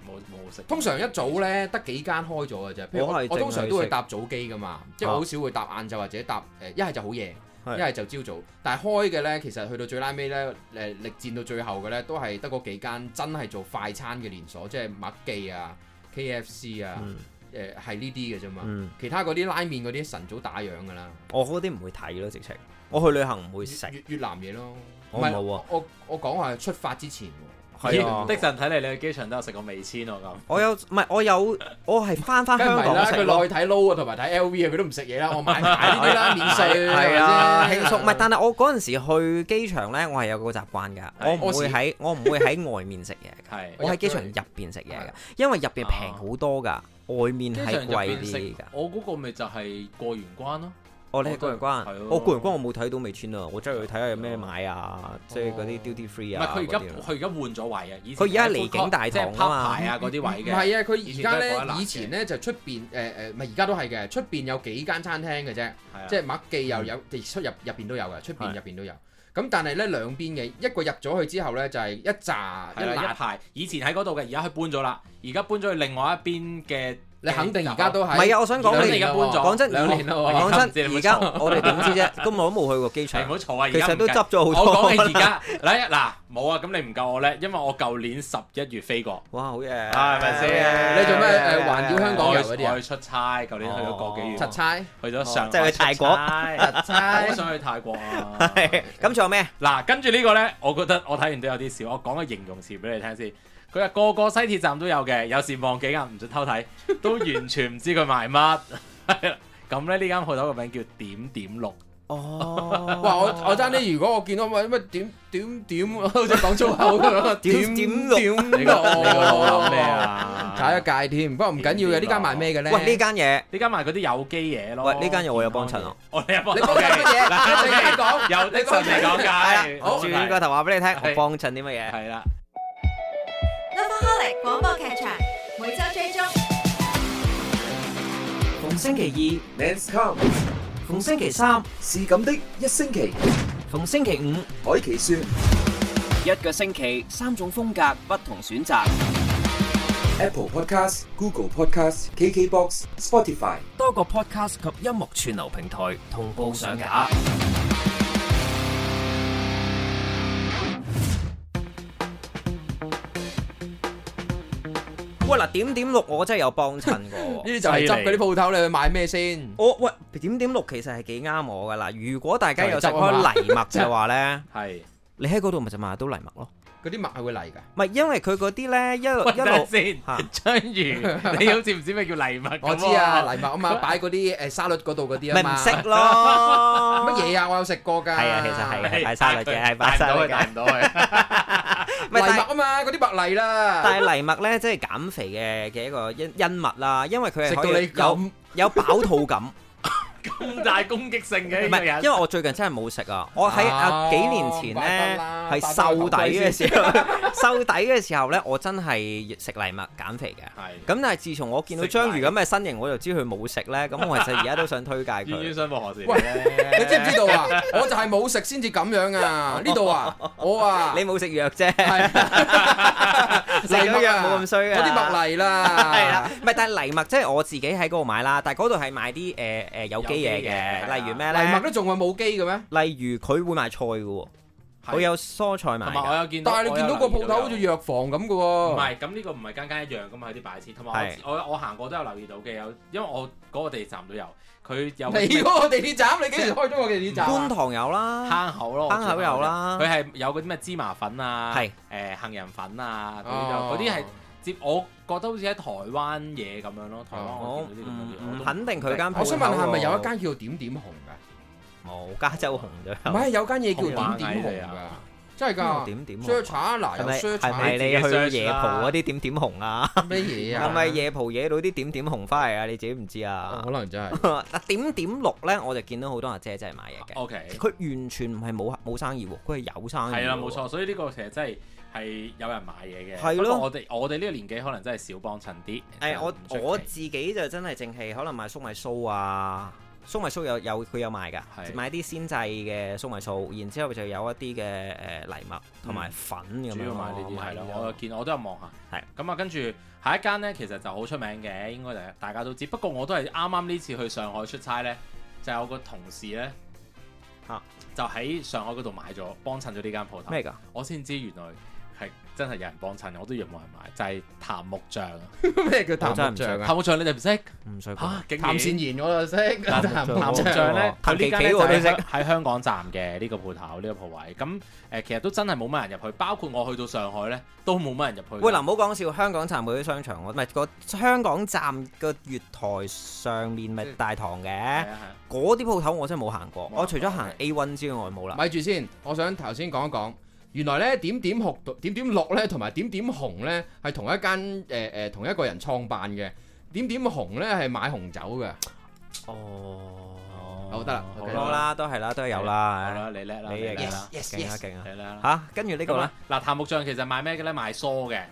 [SPEAKER 3] 冇冇食。
[SPEAKER 4] 通常一早咧得幾間開咗嘅啫，譬如我
[SPEAKER 2] 我係淨係
[SPEAKER 4] 我通常都會搭早機噶嘛，即係
[SPEAKER 2] 啊
[SPEAKER 4] 我好少會搭晏晝或者搭誒一係就好夜，一
[SPEAKER 2] 係
[SPEAKER 4] 係就朝早。但係開嘅咧，其實去到最拉尾咧，誒力戰到最後嘅咧，都係得嗰幾間真係做快餐嘅連鎖，即係麥記啊、KFC 啊，
[SPEAKER 2] 嗯
[SPEAKER 4] 誒係呢啲嘅啫嘛。
[SPEAKER 2] 嗯，
[SPEAKER 4] 其他嗰啲拉麵嗰啲晨早打烊㗎啦，
[SPEAKER 2] 我嗰啲唔會睇咯，直情我去旅行唔會食
[SPEAKER 4] 越，越越南嘢咯。
[SPEAKER 2] 我
[SPEAKER 4] 唔係
[SPEAKER 2] 冇啊喎
[SPEAKER 4] 我我講話出發之前喎。
[SPEAKER 2] 係啊
[SPEAKER 3] 咦的神睇嚟你去機場都有食過味千喎咁。
[SPEAKER 2] 我有唔係我有我係翻翻
[SPEAKER 4] 梗係
[SPEAKER 2] 香
[SPEAKER 4] 唔係
[SPEAKER 2] 港
[SPEAKER 4] 啦，
[SPEAKER 2] 食咯
[SPEAKER 4] 佢落去睇 low 啊，同埋睇 LV 啊，佢都唔食嘢啦。我買買呢啲啦，免税
[SPEAKER 2] 係啊，輕鬆。唔係，
[SPEAKER 4] 係
[SPEAKER 2] 但係我嗰陣時去機場咧，我係有個習慣㗎，我唔會喺我唔會喺外面食 嘢㗎，
[SPEAKER 3] 係
[SPEAKER 2] 我喺機場入邊食嘢㗎，因為入邊平好多㗎，外面
[SPEAKER 3] 啊機
[SPEAKER 2] 係
[SPEAKER 3] 場入
[SPEAKER 2] 貴
[SPEAKER 3] 邊
[SPEAKER 2] 啲
[SPEAKER 3] 食
[SPEAKER 2] 㗎。
[SPEAKER 3] 我嗰個咪就係過完關咯。
[SPEAKER 2] 哦，你係過人關
[SPEAKER 3] 係咯，
[SPEAKER 2] 我過人關我冇睇到未穿啊，我真係去睇下有咩買啊，即係嗰啲 duty free
[SPEAKER 3] 哦唔係
[SPEAKER 2] 啊。
[SPEAKER 3] 佢而家
[SPEAKER 2] 嗰啲啊
[SPEAKER 3] 佢而家換咗位啊，以前
[SPEAKER 2] 佢而家離
[SPEAKER 3] 係 full
[SPEAKER 2] 境大
[SPEAKER 3] court，即係
[SPEAKER 2] 堂啊嘛
[SPEAKER 3] 拍牌啊嗰啲位
[SPEAKER 4] 唔
[SPEAKER 3] 嘅，
[SPEAKER 4] 係啊，佢而
[SPEAKER 3] 以
[SPEAKER 4] 家
[SPEAKER 3] 前都係嗰一欄
[SPEAKER 4] 咧，
[SPEAKER 3] 嘅
[SPEAKER 4] 以前咧就出邊誒誒，唔係而家都係嘅，出邊有幾間餐廳嘅啫。
[SPEAKER 3] 係啊
[SPEAKER 4] 即係麥記又有，亦出入入邊都有嘅，出邊
[SPEAKER 3] 係
[SPEAKER 4] 入邊都有。咁但係咧兩邊嘅，一個入咗去之後咧就係一扎一
[SPEAKER 3] 係啦，一
[SPEAKER 4] 辣，
[SPEAKER 3] 排以前喺嗰度嘅，而家佢搬咗啦，而家搬咗去另外一邊嘅。
[SPEAKER 4] 你肯定而家都
[SPEAKER 2] 唔
[SPEAKER 4] 係。
[SPEAKER 2] 係啊，我想講
[SPEAKER 3] 兩
[SPEAKER 2] 你
[SPEAKER 3] 年
[SPEAKER 4] 嘅
[SPEAKER 3] 而家搬咗，
[SPEAKER 2] 講真，
[SPEAKER 4] 兩年啦喎
[SPEAKER 2] 我講真，而家
[SPEAKER 3] 唔知你有冇
[SPEAKER 2] 我哋點知啫？咁我都冇去過機
[SPEAKER 3] 係唔
[SPEAKER 2] 場，
[SPEAKER 3] 好嘈啊！而
[SPEAKER 2] 其
[SPEAKER 3] 家
[SPEAKER 2] 實都
[SPEAKER 3] 唔計
[SPEAKER 2] 執咗好
[SPEAKER 3] 我
[SPEAKER 2] 多
[SPEAKER 3] 講
[SPEAKER 2] 啦。
[SPEAKER 3] 你而 家嗱嗱冇啊！咁你唔夠我叻，因為我舊年十一月飛過，
[SPEAKER 2] 哇，好嘢！哦
[SPEAKER 3] 係咪先
[SPEAKER 4] 你做咩誒環繞香港
[SPEAKER 3] 我
[SPEAKER 4] 遊嗰
[SPEAKER 3] 去
[SPEAKER 4] 啲啊
[SPEAKER 3] 我？去出差，舊年去咗個幾月，
[SPEAKER 4] 柒 差
[SPEAKER 3] 去咗上海
[SPEAKER 2] 哦即係去泰國
[SPEAKER 3] 出差好
[SPEAKER 4] 差
[SPEAKER 3] 想去泰國啊！
[SPEAKER 2] 係咁仲有咩？
[SPEAKER 3] 嗱，跟住呢個呢，我覺得我睇完都有啲笑。我講個形容詞俾你聽先。佢話個個西鐵站都有嘅，有時望幾眼唔准 偷睇，都完全唔知佢賣乜。 係啦咁咧呢間鋪頭個名叫點點六，
[SPEAKER 2] 哦，
[SPEAKER 4] 哇！我我爭啲，如果我見到乜乜點點點，好似講粗口咁樣，
[SPEAKER 2] 點點六
[SPEAKER 4] 點
[SPEAKER 3] 你個你個腦
[SPEAKER 4] 六
[SPEAKER 3] 諗咩？啊？
[SPEAKER 4] 踩咗界添，不過唔緊要嘅。呢間賣咩嘅咧？
[SPEAKER 2] 喂呢間嘢，
[SPEAKER 3] 呢間賣嗰啲有機嘢咯。
[SPEAKER 2] 喂呢間嘢我有幫襯啊，
[SPEAKER 3] 我你有幫
[SPEAKER 4] 你
[SPEAKER 3] 襯
[SPEAKER 4] 講緊乜嘢？
[SPEAKER 3] 嗱
[SPEAKER 4] 你而家講
[SPEAKER 3] 有的神嚟講解，
[SPEAKER 4] 好
[SPEAKER 2] 轉個頭話俾你聽，我幫襯啲乜嘢？
[SPEAKER 3] 係啦。
[SPEAKER 5] Lovaholic 廣播劇場每周追蹤。
[SPEAKER 2] 逢星期
[SPEAKER 6] Men's Come
[SPEAKER 2] 二、逢星期三、
[SPEAKER 6] 是咁的一星期，
[SPEAKER 2] 逢星期五。
[SPEAKER 6] 海奇說
[SPEAKER 7] 一個星期三種風格，不同選擇，
[SPEAKER 6] Apple Podcast、Google Podcast、KKBox、Spotify。
[SPEAKER 7] 多個 podcast 及音樂串流平台同步上架。
[SPEAKER 2] 喂嗱，點點六我真係有幫襯過
[SPEAKER 4] 呢
[SPEAKER 2] 喎。
[SPEAKER 4] 啲就係執嗰啲鋪頭，你去買咩先？
[SPEAKER 2] 我喂點點六其實係幾啱我噶啦。如果大家有食
[SPEAKER 4] 就係執啊嘛
[SPEAKER 2] 開泥 麥嘅話咧，
[SPEAKER 3] 係，
[SPEAKER 2] 你喺嗰度咪就買得到泥麥咯。
[SPEAKER 4] 嗰啲麥係會嚟㗎。
[SPEAKER 2] 唔係因為佢嗰啲咧一路
[SPEAKER 3] 喂
[SPEAKER 2] 一
[SPEAKER 3] 等陣
[SPEAKER 2] 路
[SPEAKER 3] 先，
[SPEAKER 2] 嚇
[SPEAKER 3] 章魚，你好似唔知咩叫禮物咁喎
[SPEAKER 4] 我知啊，泥麥啊嘛，擺嗰啲誒沙律嗰度嗰啲
[SPEAKER 2] 咪
[SPEAKER 4] 啊
[SPEAKER 2] 唔
[SPEAKER 4] 嘛。
[SPEAKER 2] 識咯。
[SPEAKER 4] 乜嘢啊？我有食過㗎。
[SPEAKER 2] 係啊其實係
[SPEAKER 3] 係
[SPEAKER 2] 擺沙律嘅係擺
[SPEAKER 3] 帶唔
[SPEAKER 2] 沙律
[SPEAKER 3] 到
[SPEAKER 2] 嘅
[SPEAKER 3] 佢，帶唔到佢。
[SPEAKER 2] 唔係
[SPEAKER 4] 泥
[SPEAKER 2] 但
[SPEAKER 4] 麥啊嘛，嗰啲白泥啦。
[SPEAKER 2] 但係泥麥咧，即係減肥嘅嘅一個因因物啦，因為佢係
[SPEAKER 4] 食到
[SPEAKER 2] 可
[SPEAKER 4] 你
[SPEAKER 2] 以有
[SPEAKER 4] 咁，
[SPEAKER 2] 有飽肚 感。
[SPEAKER 3] 咁大攻擊性嘅
[SPEAKER 2] 唔
[SPEAKER 3] 呢個
[SPEAKER 2] 係，
[SPEAKER 3] 人，
[SPEAKER 2] 因為我最近真係冇食啊！我喺啊
[SPEAKER 4] 哎啊
[SPEAKER 2] 幾年前
[SPEAKER 4] 怪
[SPEAKER 2] 咧
[SPEAKER 4] 不啦
[SPEAKER 2] 係瘦底嘅時候，瘦底嘅時候咧，我真係食藜麥減肥嘅。
[SPEAKER 3] 係
[SPEAKER 2] 咁但係自從我見到
[SPEAKER 3] 食
[SPEAKER 2] 章魚
[SPEAKER 3] 泥
[SPEAKER 2] 咁嘅身形，我就知佢冇食咧。咁我其實而家都想推介
[SPEAKER 3] 冤冤
[SPEAKER 2] 佢。
[SPEAKER 3] 相報何時
[SPEAKER 4] 喂
[SPEAKER 3] 咧？
[SPEAKER 4] 你知唔知道啊？我就係冇食先至咁樣啊！呢度啊，我啊，
[SPEAKER 2] 你冇食藥啫，
[SPEAKER 4] 係
[SPEAKER 2] 食咗
[SPEAKER 4] à?
[SPEAKER 2] 藥冇咁衰嘅。
[SPEAKER 4] 嗰啲麥泥啦，
[SPEAKER 2] 係啦，唔係，但係藜麥即係我自己喺嗰度買啦，但係嗰度係買啲誒誒有機嘢
[SPEAKER 3] 有機嘢
[SPEAKER 2] 嘅，例如咩
[SPEAKER 4] 泥
[SPEAKER 2] 咧？
[SPEAKER 4] 麥都仲係冇機嘅咩？
[SPEAKER 2] 例如佢會賣菜嘅喎，
[SPEAKER 3] 係
[SPEAKER 2] 佢有蔬菜賣
[SPEAKER 3] 同埋我
[SPEAKER 2] 㗎。
[SPEAKER 3] 有見到，
[SPEAKER 4] 但係你見到個鋪頭好似藥房咁嘅
[SPEAKER 3] 唔
[SPEAKER 4] 喎。
[SPEAKER 3] 係咁呢個唔係間間一樣噶嘛？佢啲擺設，同埋我我我行過都有留意到嘅，有因為我嗰個地鐵站都有，佢有
[SPEAKER 4] 你嗰個地鐵站，你幾時開咗個地鐵站
[SPEAKER 2] 觀
[SPEAKER 4] 啊？
[SPEAKER 2] 塘有啦，
[SPEAKER 3] 坑口咯，
[SPEAKER 2] 坑口有啦
[SPEAKER 3] 我最後嗰隻佢係有嗰啲咩芝麻粉啊，
[SPEAKER 2] 係
[SPEAKER 3] 誒杏仁粉啊，嗰啲
[SPEAKER 4] 哦
[SPEAKER 3] 就嗰啲係接，我覺得好似喺台灣嘢咁樣咯，台灣
[SPEAKER 2] 我
[SPEAKER 3] 我見到啲咁嘅嘢
[SPEAKER 2] 唔
[SPEAKER 3] 我
[SPEAKER 2] 唔
[SPEAKER 3] 都
[SPEAKER 4] 嗯
[SPEAKER 2] 肯定佢間鋪頭
[SPEAKER 4] 我想問係咪有一
[SPEAKER 2] 喎
[SPEAKER 4] 間叫點點紅㗎？
[SPEAKER 2] 冇加州紅
[SPEAKER 4] 唔
[SPEAKER 2] 咗？
[SPEAKER 4] 係有間
[SPEAKER 3] 紅
[SPEAKER 4] 嘢叫
[SPEAKER 3] 馬
[SPEAKER 4] 點
[SPEAKER 3] 藝
[SPEAKER 4] 點
[SPEAKER 3] 嚟
[SPEAKER 4] 紅㗎
[SPEAKER 3] 啊，
[SPEAKER 4] 真係㗎。
[SPEAKER 2] 點點紅
[SPEAKER 4] search 下嗱，
[SPEAKER 2] 係
[SPEAKER 4] 有
[SPEAKER 2] 咪
[SPEAKER 4] search
[SPEAKER 2] 係
[SPEAKER 4] 下
[SPEAKER 2] 咪你
[SPEAKER 3] 自己
[SPEAKER 2] 去
[SPEAKER 3] search
[SPEAKER 2] 夜蒲嗰啲點點紅啊？
[SPEAKER 4] 咩嘢啊？
[SPEAKER 2] 係咪夜蒲惹到啲點點紅翻嚟啊？你自己唔知
[SPEAKER 4] 哦
[SPEAKER 2] 啊
[SPEAKER 4] 可？能真係。
[SPEAKER 2] 嗱點點六咧，我就見到好多阿姐真係買嘢嘅。
[SPEAKER 3] 啊 OK。
[SPEAKER 2] 佢完全唔係冇冇生意喎，佢係啊有生意。
[SPEAKER 3] 係啦，冇。錯，所以呢個其實真係係有人買嘢嘅。
[SPEAKER 2] 係咯
[SPEAKER 3] 不過我哋我哋呢個年紀可能真係少幫襯啲。
[SPEAKER 2] 誒，我
[SPEAKER 3] 就唔出奇
[SPEAKER 2] 我自己就真係淨係可能買粟米酥啊，粟米酥有有佢有賣㗎，
[SPEAKER 3] 係
[SPEAKER 2] 買啲鮮製嘅粟米酥，然之後就有一啲嘅誒藜麥同埋粉咁
[SPEAKER 3] 主
[SPEAKER 2] 樣
[SPEAKER 3] 要
[SPEAKER 2] 咯啊
[SPEAKER 3] 買呢啲
[SPEAKER 2] 嗯
[SPEAKER 3] 係
[SPEAKER 2] 買
[SPEAKER 3] 啦
[SPEAKER 2] 呢，
[SPEAKER 3] 我有見我都有望下。
[SPEAKER 2] 係
[SPEAKER 3] 咁啊，跟住下一間呢，其實就好出名嘅，應該就係大家都知。不過我都係啱啱呢次去上海出差呢，就有個同事呢，
[SPEAKER 2] 嚇
[SPEAKER 3] 就喺上海嗰度買咗，幫襯咗呢間鋪頭。
[SPEAKER 2] 咩㗎？
[SPEAKER 3] 我先知原來係真係有人幫襯，我都以為冇人買，就係、譚木匠啊！
[SPEAKER 4] 咩叫
[SPEAKER 2] 我真係
[SPEAKER 4] 譚
[SPEAKER 2] 唔
[SPEAKER 4] 木
[SPEAKER 2] 識
[SPEAKER 4] 匠啊？
[SPEAKER 3] 譚木匠你哋唔識
[SPEAKER 2] 唔使講。
[SPEAKER 3] 嚇？竟然
[SPEAKER 4] 譚善言我就識，
[SPEAKER 2] 木匠
[SPEAKER 4] 譚木
[SPEAKER 3] 譚木
[SPEAKER 4] 匠
[SPEAKER 3] 匠咧，佢
[SPEAKER 2] 譚
[SPEAKER 3] 呢間
[SPEAKER 2] 記
[SPEAKER 3] 咧
[SPEAKER 2] 記
[SPEAKER 3] 就
[SPEAKER 2] 我都識
[SPEAKER 3] 喺喺香港站嘅呢個鋪頭呢個鋪位。咁誒，其實都真係冇乜人入去，包括我去到上海咧，都冇乜人入去。
[SPEAKER 2] 喂，嗱，唔好講笑，香港站嗰啲商場，我唔係個香港站個月台上面咪大堂嘅
[SPEAKER 3] 係，啊啊係啊
[SPEAKER 2] 嗰啲鋪頭我真係冇行過，
[SPEAKER 3] 冇
[SPEAKER 2] 我除咗行
[SPEAKER 3] 行
[SPEAKER 2] A one 之外冇啦。
[SPEAKER 4] 咪住先，我想頭先講一講，原來咧點點紅、點點綠咧，同埋點點紅咧，係同一間誒誒同一個人創辦嘅。點點紅咧係買紅酒嘅，
[SPEAKER 2] 哦，
[SPEAKER 4] 好得啦
[SPEAKER 3] 好
[SPEAKER 2] 好
[SPEAKER 4] ，OK
[SPEAKER 2] 啦，都係啦，都係有啦，
[SPEAKER 3] 好
[SPEAKER 2] 唉
[SPEAKER 3] 啦，你叻啦，
[SPEAKER 2] 你
[SPEAKER 3] 叻
[SPEAKER 2] 係
[SPEAKER 3] 啦
[SPEAKER 2] 啦，，勁啊勁啊
[SPEAKER 3] 你，叻啦。
[SPEAKER 2] 吓，跟住呢個
[SPEAKER 3] 咁
[SPEAKER 2] 咧
[SPEAKER 3] 啊，嗱，檀木匠其實賣咩嘅咧？賣梳嘅，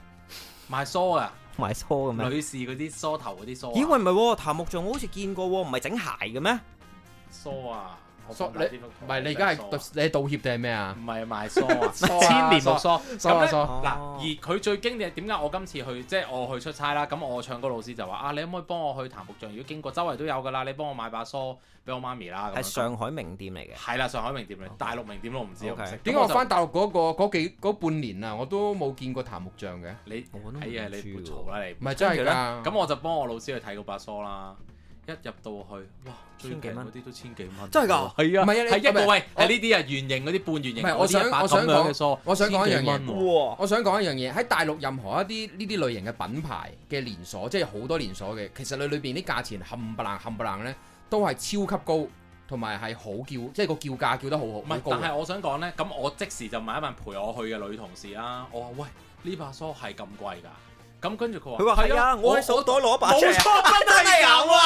[SPEAKER 3] 賣梳啊，
[SPEAKER 2] 埋梳咁樣。
[SPEAKER 3] 女士嗰啲梳頭嗰啲梳啊。
[SPEAKER 2] 咦喂，唔係喎，檀木匠我好似見過喎，唔係整鞋嘅咩？
[SPEAKER 3] 梳啊，我
[SPEAKER 4] 梳
[SPEAKER 3] 放大
[SPEAKER 4] 你
[SPEAKER 3] 啲幅圖
[SPEAKER 4] 唔係你而家係
[SPEAKER 3] 梳啊
[SPEAKER 4] 道你係道歉定係咩啊
[SPEAKER 3] 唔？係賣梳啊，
[SPEAKER 4] 梳啊
[SPEAKER 3] 千年木梳。
[SPEAKER 4] 梳
[SPEAKER 3] 咁
[SPEAKER 4] 啊
[SPEAKER 3] 咧
[SPEAKER 4] 梳
[SPEAKER 2] 啊
[SPEAKER 3] 嗱，
[SPEAKER 2] 哦
[SPEAKER 3] 而佢最經典係點解我今次去即係我去出差啦，咁我唱歌老師就話啊，你可唔可以幫我去檀木匠？如果經過周圍都有㗎啦，你幫我買把梳俾我媽咪啦。咁
[SPEAKER 2] 係
[SPEAKER 3] 樣
[SPEAKER 2] 上海名店嚟嘅。
[SPEAKER 3] 係啦，上海名店嚟，大陸名店我唔知，我
[SPEAKER 2] OK
[SPEAKER 3] 唔識。
[SPEAKER 4] 點解我翻大陸嗰個嗰幾嗰半年啊，我都冇見過檀木匠嘅？
[SPEAKER 3] 你？
[SPEAKER 2] 我都唔
[SPEAKER 3] 哎呀，你
[SPEAKER 2] 知
[SPEAKER 3] 唔
[SPEAKER 2] 喎
[SPEAKER 3] 好嘈啦你
[SPEAKER 4] 唔。係真係
[SPEAKER 2] 跟住呢
[SPEAKER 4] 㗎。
[SPEAKER 3] 咁我就幫我老師去睇嗰把梳啦。一入到去，哇，最
[SPEAKER 2] 千幾
[SPEAKER 3] 平
[SPEAKER 2] 蚊
[SPEAKER 3] 嗰啲都千幾蚊。
[SPEAKER 2] 真係㗎
[SPEAKER 3] 係啊，
[SPEAKER 4] 唔係啊你
[SPEAKER 3] 係一個
[SPEAKER 4] 唔係
[SPEAKER 3] 喂，係呢啲啊，圓形嗰啲半圓
[SPEAKER 4] 唔
[SPEAKER 3] 形
[SPEAKER 4] 係我
[SPEAKER 3] 嗰啲
[SPEAKER 4] 想
[SPEAKER 3] 一把
[SPEAKER 4] 我想
[SPEAKER 3] 咁樣嘅
[SPEAKER 4] 講
[SPEAKER 3] 梳，
[SPEAKER 4] 我想講一樣嘢
[SPEAKER 3] 千幾蚊喎
[SPEAKER 2] 哇！
[SPEAKER 4] 我想講一樣嘢，喺大陸任何一啲呢啲類型嘅品牌嘅連鎖，即係好多連鎖嘅，其實佢裏邊啲價錢冚唪唥冚唪唥咧，都係超級高，同埋係好叫，即係個叫價叫得好好，
[SPEAKER 3] 唔
[SPEAKER 4] 好
[SPEAKER 3] 係，
[SPEAKER 4] 高
[SPEAKER 3] 但
[SPEAKER 4] 嘅。
[SPEAKER 3] 係我想講呢，咁我即時就問一問陪我去嘅女同事啦。啊我話喂，呢把梳係咁貴㗎？咁跟住佢話，
[SPEAKER 2] 佢話係啊，我喺手袋攞把
[SPEAKER 3] 冇
[SPEAKER 2] 尺啊
[SPEAKER 3] 錯，真係有啊！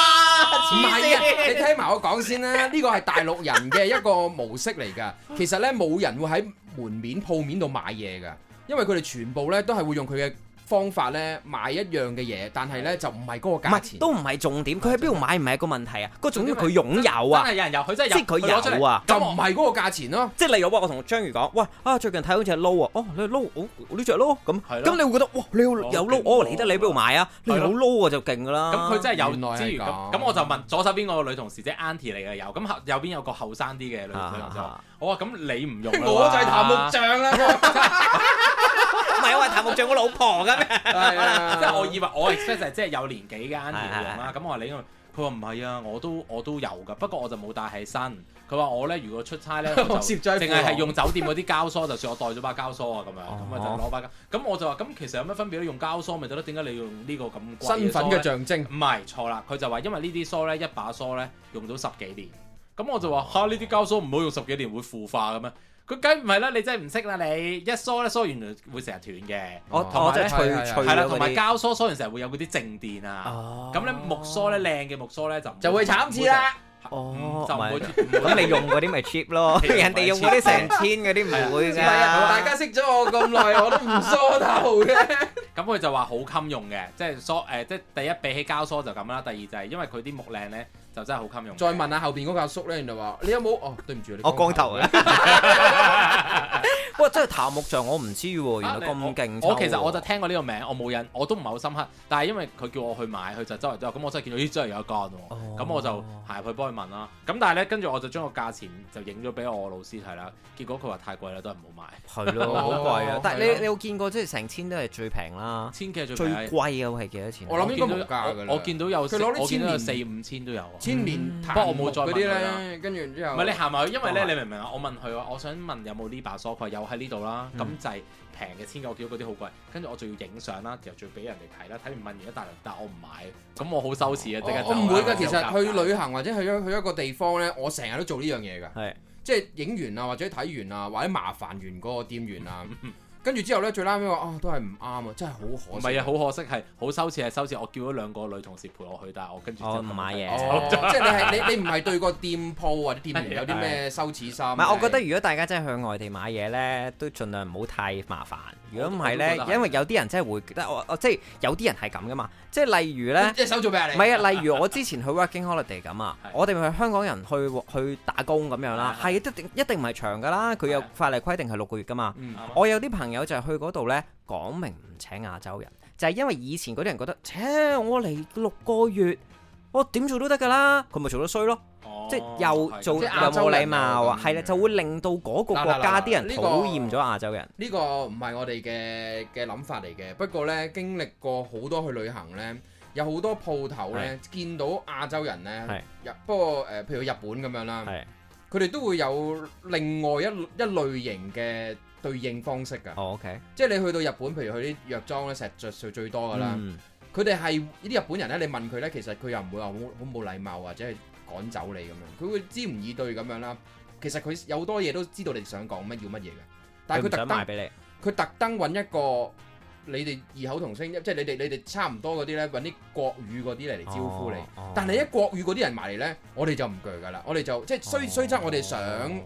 [SPEAKER 4] 唔係啊，你聽埋我講先啦，呢個係大陸人嘅一個模式嚟㗎。其實咧，冇人會喺門面鋪面度買嘢㗎，因為佢哋全部咧都係會用佢嘅方法咧賣一樣嘅嘢，但係咧就唔係嗰個
[SPEAKER 2] 唔
[SPEAKER 4] 價
[SPEAKER 2] 係
[SPEAKER 4] 錢。
[SPEAKER 2] 都唔係重點，佢喺邊度買唔係一個問題啊，個重點係佢擁有
[SPEAKER 3] 真
[SPEAKER 2] 啊
[SPEAKER 3] 係，有人有，佢真係
[SPEAKER 2] 即係佢
[SPEAKER 3] 攞出嚟
[SPEAKER 2] 有啊
[SPEAKER 4] 就
[SPEAKER 3] 咁
[SPEAKER 4] 唔
[SPEAKER 3] 我
[SPEAKER 4] 係嗰個價錢咯，
[SPEAKER 2] 即係例如話，我同章魚講，喂啊，最近睇好似係撈啊，哦，你去撈，我我呢只撈哦咁，
[SPEAKER 3] 係咯
[SPEAKER 2] 咁你會覺得哇，你有
[SPEAKER 3] 哦
[SPEAKER 2] 有
[SPEAKER 3] 勁
[SPEAKER 2] 撈，
[SPEAKER 3] 喎
[SPEAKER 2] 哦，你得你喺邊度買啊？你
[SPEAKER 3] 係
[SPEAKER 2] 有
[SPEAKER 3] 咯
[SPEAKER 2] 撈啊就勁噶啦。
[SPEAKER 3] 咁佢真係有
[SPEAKER 4] 原來係
[SPEAKER 3] 資源
[SPEAKER 4] 咁
[SPEAKER 3] 咁，咁我就問左手邊嗰個女同事，即係 Auntie 嚟嘅有，咁後右邊有個後生啲嘅女女
[SPEAKER 2] 啊
[SPEAKER 3] 同事
[SPEAKER 2] 啊
[SPEAKER 3] 話
[SPEAKER 2] 啊，
[SPEAKER 3] 我話咁你 唔用啦
[SPEAKER 4] 我就
[SPEAKER 3] 哇
[SPEAKER 4] 係檀木匠啦。
[SPEAKER 2] 唔係我係譚木匠我老婆噶 咩？
[SPEAKER 4] 係啊
[SPEAKER 3] 即係我以為我 expect 就係即係有年紀嘅 auntie
[SPEAKER 2] 係
[SPEAKER 3] 會用啦，咁我話你應該，佢話唔係啊，我都我都有噶，不過我就冇帶喺身。佢話我咧如果出差 咧，我就
[SPEAKER 4] 我
[SPEAKER 3] 淨
[SPEAKER 4] 攝咗喺褲
[SPEAKER 3] 係係用酒店嗰啲膠梳，就算我帶咗把膠梳啊咁樣，咁我
[SPEAKER 2] 哦
[SPEAKER 3] 就攞把膠。咁我就話咁其實有乜分別咧？用膠梳咪得咯，點解你要用呢個咁貴
[SPEAKER 4] 身份嘅
[SPEAKER 3] 梳呢
[SPEAKER 4] 象徵。
[SPEAKER 3] 唔係錯啦，佢就話因為呢啲梳咧一把梳咧用到十幾年，咁我就話吓呢啲膠梳唔好用十幾年會腐化嘅咩？佢梗唔係啦，你真係唔識啦你，一梳咧梳完就會成日斷嘅。
[SPEAKER 2] 我
[SPEAKER 4] 哦同埋
[SPEAKER 2] 我真哦係脆
[SPEAKER 4] 呢係係係
[SPEAKER 2] 脆
[SPEAKER 3] 係啦，
[SPEAKER 2] 嗰
[SPEAKER 3] 同埋
[SPEAKER 2] 啲
[SPEAKER 3] 膠梳梳完成日會有嗰啲靜電啊。
[SPEAKER 2] 哦
[SPEAKER 3] 咁咧木梳咧靚嘅木梳咧就唔
[SPEAKER 4] 就會慘次啦。
[SPEAKER 2] 哦
[SPEAKER 3] 唔就唔
[SPEAKER 2] 唔
[SPEAKER 3] 會
[SPEAKER 2] 係
[SPEAKER 3] 唔會
[SPEAKER 2] 咁你用嗰啲咪 cheap 咯，
[SPEAKER 3] 係啊
[SPEAKER 2] 人哋用嗰啲成千嗰啲唔會
[SPEAKER 4] 唔係啊！大
[SPEAKER 2] 㗎。
[SPEAKER 4] 家識咗我咁耐，我都唔梳頭嘅。
[SPEAKER 3] 咁佢就話好襟用嘅，即係梳誒，即係第一比起膠梳就咁啦，第二就係因為佢啲木靚咧就真係好襟用嘅。
[SPEAKER 4] 再問下後邊嗰個阿叔咧，原來話你有冇？哦，對唔住，你
[SPEAKER 2] 我光頭 啊！哇，真係檀木匠，我唔知喎，
[SPEAKER 3] 啊
[SPEAKER 2] 原來咁勁
[SPEAKER 3] 你
[SPEAKER 2] 抽喎。
[SPEAKER 3] 我我其實我就聽過呢個名，我冇印，我都唔係好深刻。但係因為佢叫我去買，佢就周圍都有，咁我真係見到咦真係有一間喎。
[SPEAKER 2] 哦
[SPEAKER 3] 咁、我就行入去幫佢問啦。咁但係咧，跟住我就將個價錢就影咗俾我老師睇啦。結果佢話太貴啦，都係唔好買。
[SPEAKER 2] 係咯，
[SPEAKER 4] 哦
[SPEAKER 2] 好貴啊！但係
[SPEAKER 4] 係咯
[SPEAKER 2] 你你有見過即係成千都係最平啦，
[SPEAKER 3] 千幾係
[SPEAKER 2] 最
[SPEAKER 3] 最平
[SPEAKER 2] 貴嘅會係幾多錢啊？
[SPEAKER 4] 我諗應該
[SPEAKER 3] 見到
[SPEAKER 4] 無價㗎啦
[SPEAKER 3] 我我見到有
[SPEAKER 4] 佢攞啲
[SPEAKER 3] 我見到有四
[SPEAKER 4] 千
[SPEAKER 3] 五千都有啊。
[SPEAKER 4] 千年檀
[SPEAKER 3] 不過
[SPEAKER 4] 木
[SPEAKER 3] 我冇再
[SPEAKER 4] 嗰
[SPEAKER 3] 問
[SPEAKER 4] 啲
[SPEAKER 3] 佢啦
[SPEAKER 4] 咧，跟住然之後
[SPEAKER 3] 唔係你行埋去，因為咧
[SPEAKER 2] 哦
[SPEAKER 3] 你明唔明啊？我問佢話，我想問有冇呢把梳，佢話有喺呢度啦。咁
[SPEAKER 2] 嗯
[SPEAKER 3] 就係平嘅千九叫嗰啲好貴，跟住我仲要影相啦，然後仲要俾人哋睇啦。睇完問完一大輪，但我唔買，咁我好羞恥啊！啊即刻
[SPEAKER 4] 哦我我唔會㗎。其實去
[SPEAKER 3] 旅
[SPEAKER 4] 旅行或者去咗去一個地方咧，我成日都做呢樣嘢㗎，
[SPEAKER 2] 係
[SPEAKER 4] 即係影完啊，或者睇完啊，或者麻煩完嗰個店 員啊，跟住之後咧，最拉尾話啊，都係唔啱啊，真係好
[SPEAKER 3] 唔
[SPEAKER 4] 可惜。
[SPEAKER 3] 係啊，好可惜係好羞恥係羞恥。我叫咗兩個女同事陪我去，但係我跟住
[SPEAKER 2] 我
[SPEAKER 3] 就
[SPEAKER 2] 唔買嘢。
[SPEAKER 4] 哦，即係你係你你唔係對個店鋪或者店員 有啲
[SPEAKER 3] 啊
[SPEAKER 4] 咩羞恥心？
[SPEAKER 2] 唔係，我覺得如果大家真係去外地買嘢咧，都盡量唔好太麻煩。如果唔係咧
[SPEAKER 3] 我都覺得，係
[SPEAKER 2] 因為有啲人真係會覺得我我即係有啲人係咁噶嘛，即係例 如
[SPEAKER 4] 咧
[SPEAKER 2] 咧，
[SPEAKER 4] 隻手做咩啊？
[SPEAKER 2] 唔
[SPEAKER 4] 你
[SPEAKER 2] 係啊，例如我之前去 working holiday 咁啊
[SPEAKER 3] 係，
[SPEAKER 2] 我哋咪香港人去去打工咁樣啦，係
[SPEAKER 3] 係
[SPEAKER 2] 一定一定唔係長噶啦，佢有
[SPEAKER 3] 係
[SPEAKER 2] 法例規定係六個月噶嘛。
[SPEAKER 3] 嗯啱啊
[SPEAKER 2] 我有啲朋友就係去嗰度呢，講明唔請亞洲人，就係、因為以前嗰啲人覺得，切我嚟六個月，我點做都得㗎啦，佢咪做得衰咯，
[SPEAKER 3] 哦
[SPEAKER 2] 即係又做
[SPEAKER 4] 即
[SPEAKER 2] 又
[SPEAKER 4] 係亞洲
[SPEAKER 2] 冇禮
[SPEAKER 4] 人啊
[SPEAKER 2] 貌啊，
[SPEAKER 4] 咁
[SPEAKER 2] 係啦，
[SPEAKER 4] 樣
[SPEAKER 2] 就會令到嗰個國
[SPEAKER 4] 嗱嗱嗱
[SPEAKER 2] 家啲人
[SPEAKER 4] 呢
[SPEAKER 2] 討
[SPEAKER 4] 個
[SPEAKER 2] 厭咗亞洲人。
[SPEAKER 4] 呢個唔係我哋嘅嘅諗法嚟嘅，不過呢，經歷過好多去旅行呢，有好多鋪頭呢，見到亞洲人呢，日不過誒、呃譬如日本咁樣啦，
[SPEAKER 2] 係
[SPEAKER 4] 佢哋都會有另外一一類型嘅對應方式㗎，
[SPEAKER 2] 哦，OK，
[SPEAKER 4] 即係你去到日本，譬如去啲藥妝呢，成日着數最多㗎啦，
[SPEAKER 2] 嗯
[SPEAKER 4] 佢哋係呢啲日本人呢，你問佢呢，其實佢又唔會話好好冇禮貌或者係趕走你咁樣，佢會支吾以對咁樣啦。其實佢有好多嘢都知道你想講乜要乜嘢嘅，但係
[SPEAKER 2] 佢
[SPEAKER 4] 佢
[SPEAKER 2] 唔
[SPEAKER 4] 特
[SPEAKER 2] 想
[SPEAKER 4] 登
[SPEAKER 2] 賣。俾你，
[SPEAKER 4] 佢特登揾一個你哋異口同聲，即係你哋你哋差唔多嗰啲咧，揾啲國語嗰啲嚟嚟招呼你。
[SPEAKER 2] 哦
[SPEAKER 4] 但係一國語嗰啲人埋嚟咧，我哋就唔鋸㗎啦，我哋就即係雖
[SPEAKER 2] 哦
[SPEAKER 4] 雖則我哋想，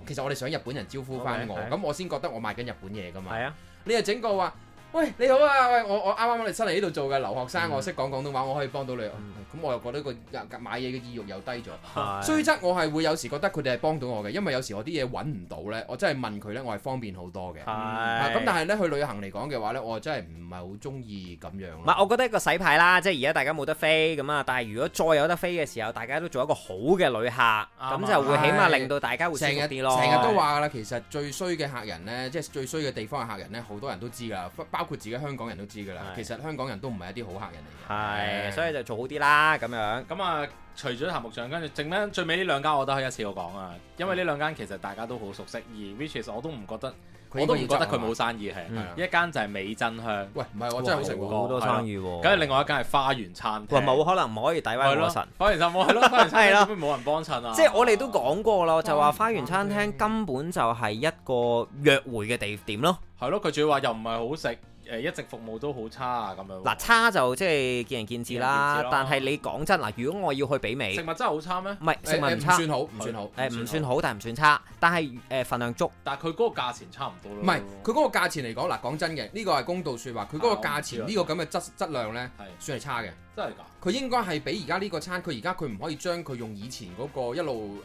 [SPEAKER 4] 其實我哋想日本人招呼翻我，
[SPEAKER 2] OK，係
[SPEAKER 4] 咁我先覺得我賣緊日本嘢㗎嘛。
[SPEAKER 2] 係啊，
[SPEAKER 4] 你又整個話，喂你好啊，喂我我啱啱我哋新嚟呢度做嘅留學生，我識講廣東話，我可以幫到你。
[SPEAKER 2] 嗯
[SPEAKER 4] 咁我又覺得個買嘢嘅意欲又低咗。
[SPEAKER 2] 係
[SPEAKER 4] 雖則我係會有時覺得佢哋係幫到我嘅，因為有時我啲嘢揾唔到呢，我真係問佢呢，我係方便好多嘅。
[SPEAKER 2] 係
[SPEAKER 4] 啊咁但係呢，去旅行嚟講嘅話呢，我真係唔係好中意咁樣
[SPEAKER 2] 唔
[SPEAKER 4] 咯。
[SPEAKER 2] 係，我覺得一個洗牌啦，即係而家大家冇得飛咁啊，但係如果再有得飛嘅時候，大家都做一個好嘅旅客，咁就會起碼令到大家會舒
[SPEAKER 4] 成
[SPEAKER 2] 服
[SPEAKER 4] 日
[SPEAKER 2] 啲咯。
[SPEAKER 4] 成日都話啦，其實最衰嘅客人呢，即係最衰嘅地方嘅客人呢，好多人都知㗎啦，包括自己香港人都知㗎啦。
[SPEAKER 2] 係
[SPEAKER 4] 其實香港人都唔係一啲好客人嚟嘅。
[SPEAKER 2] 係，所以就做好啲啦，咁樣
[SPEAKER 3] 咁啊，除咗譚木匠，跟住剩翻最尾呢兩間，我都可以一次過講啊，因為呢兩間其實大家都好熟悉，而 which is 我都唔覺得，我都唔
[SPEAKER 2] 啊
[SPEAKER 3] 覺得佢冇生意係。
[SPEAKER 2] 嗯
[SPEAKER 4] 係啊
[SPEAKER 3] 一間就係美珍香，
[SPEAKER 2] 哦
[SPEAKER 4] 喂，唔係我真係好食
[SPEAKER 3] 哇
[SPEAKER 4] 喎。
[SPEAKER 2] 好多生意喎。
[SPEAKER 3] 跟住另外一間係花園餐
[SPEAKER 2] 喂，
[SPEAKER 3] 廳，
[SPEAKER 2] 冇可能唔可以詆
[SPEAKER 3] 係
[SPEAKER 2] 毀
[SPEAKER 3] 咯
[SPEAKER 2] 我神。，
[SPEAKER 3] 花園餐冇 係咯，花園餐
[SPEAKER 2] 係
[SPEAKER 3] 廳
[SPEAKER 2] 啦
[SPEAKER 3] 根本冇人幫襯啊。
[SPEAKER 2] 即係我哋都講過啦，就話花園餐
[SPEAKER 4] 花園
[SPEAKER 2] 廳根本就係一個約會嘅地點咯。
[SPEAKER 3] 係咯，佢仲要話又唔係好食，誒一直服務都好差啊咁樣。
[SPEAKER 2] 嗱，差就即係見仁見智
[SPEAKER 3] 見仁見
[SPEAKER 2] 啦
[SPEAKER 3] 智咯。
[SPEAKER 2] 但係你講真嗱，如果我要去媲美
[SPEAKER 3] 食，物真係好差咩？
[SPEAKER 2] 唔係食物
[SPEAKER 4] 誒誒
[SPEAKER 2] 唔差，
[SPEAKER 4] 算好，唔算好，
[SPEAKER 2] 誒唔算好，但係唔算差，但係誒份量足。
[SPEAKER 3] 但係佢嗰個價錢差唔多咯。
[SPEAKER 4] 唔係佢嗰個價錢嚟講，嗱講真嘅，呢個係公道説話。佢嗰個價
[SPEAKER 3] 啊
[SPEAKER 4] 錢
[SPEAKER 3] 我
[SPEAKER 4] 呢
[SPEAKER 3] 知
[SPEAKER 4] 個咁嘅質質量呢，
[SPEAKER 3] 係
[SPEAKER 4] 算係差嘅。
[SPEAKER 3] 真係㗎。
[SPEAKER 4] 佢應該係比而家呢個餐，佢而家佢唔可以將佢用以前嗰個一路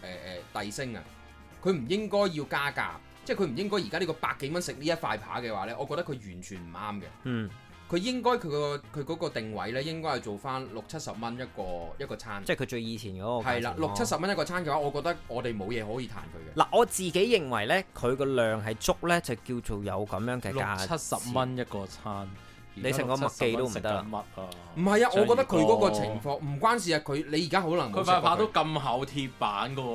[SPEAKER 4] 誒誒遞升啊。佢唔應該要加價，即係佢唔應該而家呢個百幾蚊食呢一塊扒嘅話呢，我覺得佢完全唔啱嘅。
[SPEAKER 2] 嗯，
[SPEAKER 4] 佢應該佢個佢嗰個定位呢，應該係做翻六七十蚊一個一個餐。
[SPEAKER 2] 即係佢最以前嗰個價
[SPEAKER 4] 係
[SPEAKER 2] 錢
[SPEAKER 4] 啦
[SPEAKER 2] 咯，
[SPEAKER 4] 六七十蚊一個餐嘅話，我覺得我哋冇嘢可以彈佢嘅。
[SPEAKER 2] 嗱，我自己認為咧，佢個量係足咧，就叫做有咁樣嘅價。
[SPEAKER 3] 六七十。蚊一個餐，
[SPEAKER 2] 你成個麥記都唔得啦
[SPEAKER 3] 而家六七十蚊食緊乜啊？
[SPEAKER 4] 唔係啊，我覺得佢嗰
[SPEAKER 3] 章魚
[SPEAKER 4] 個
[SPEAKER 3] 哥
[SPEAKER 4] 情
[SPEAKER 2] 哦
[SPEAKER 4] 況唔關事啊。佢你而家可能冇
[SPEAKER 3] 佢
[SPEAKER 4] 食過
[SPEAKER 3] 塊扒都咁厚鐵板噶喎，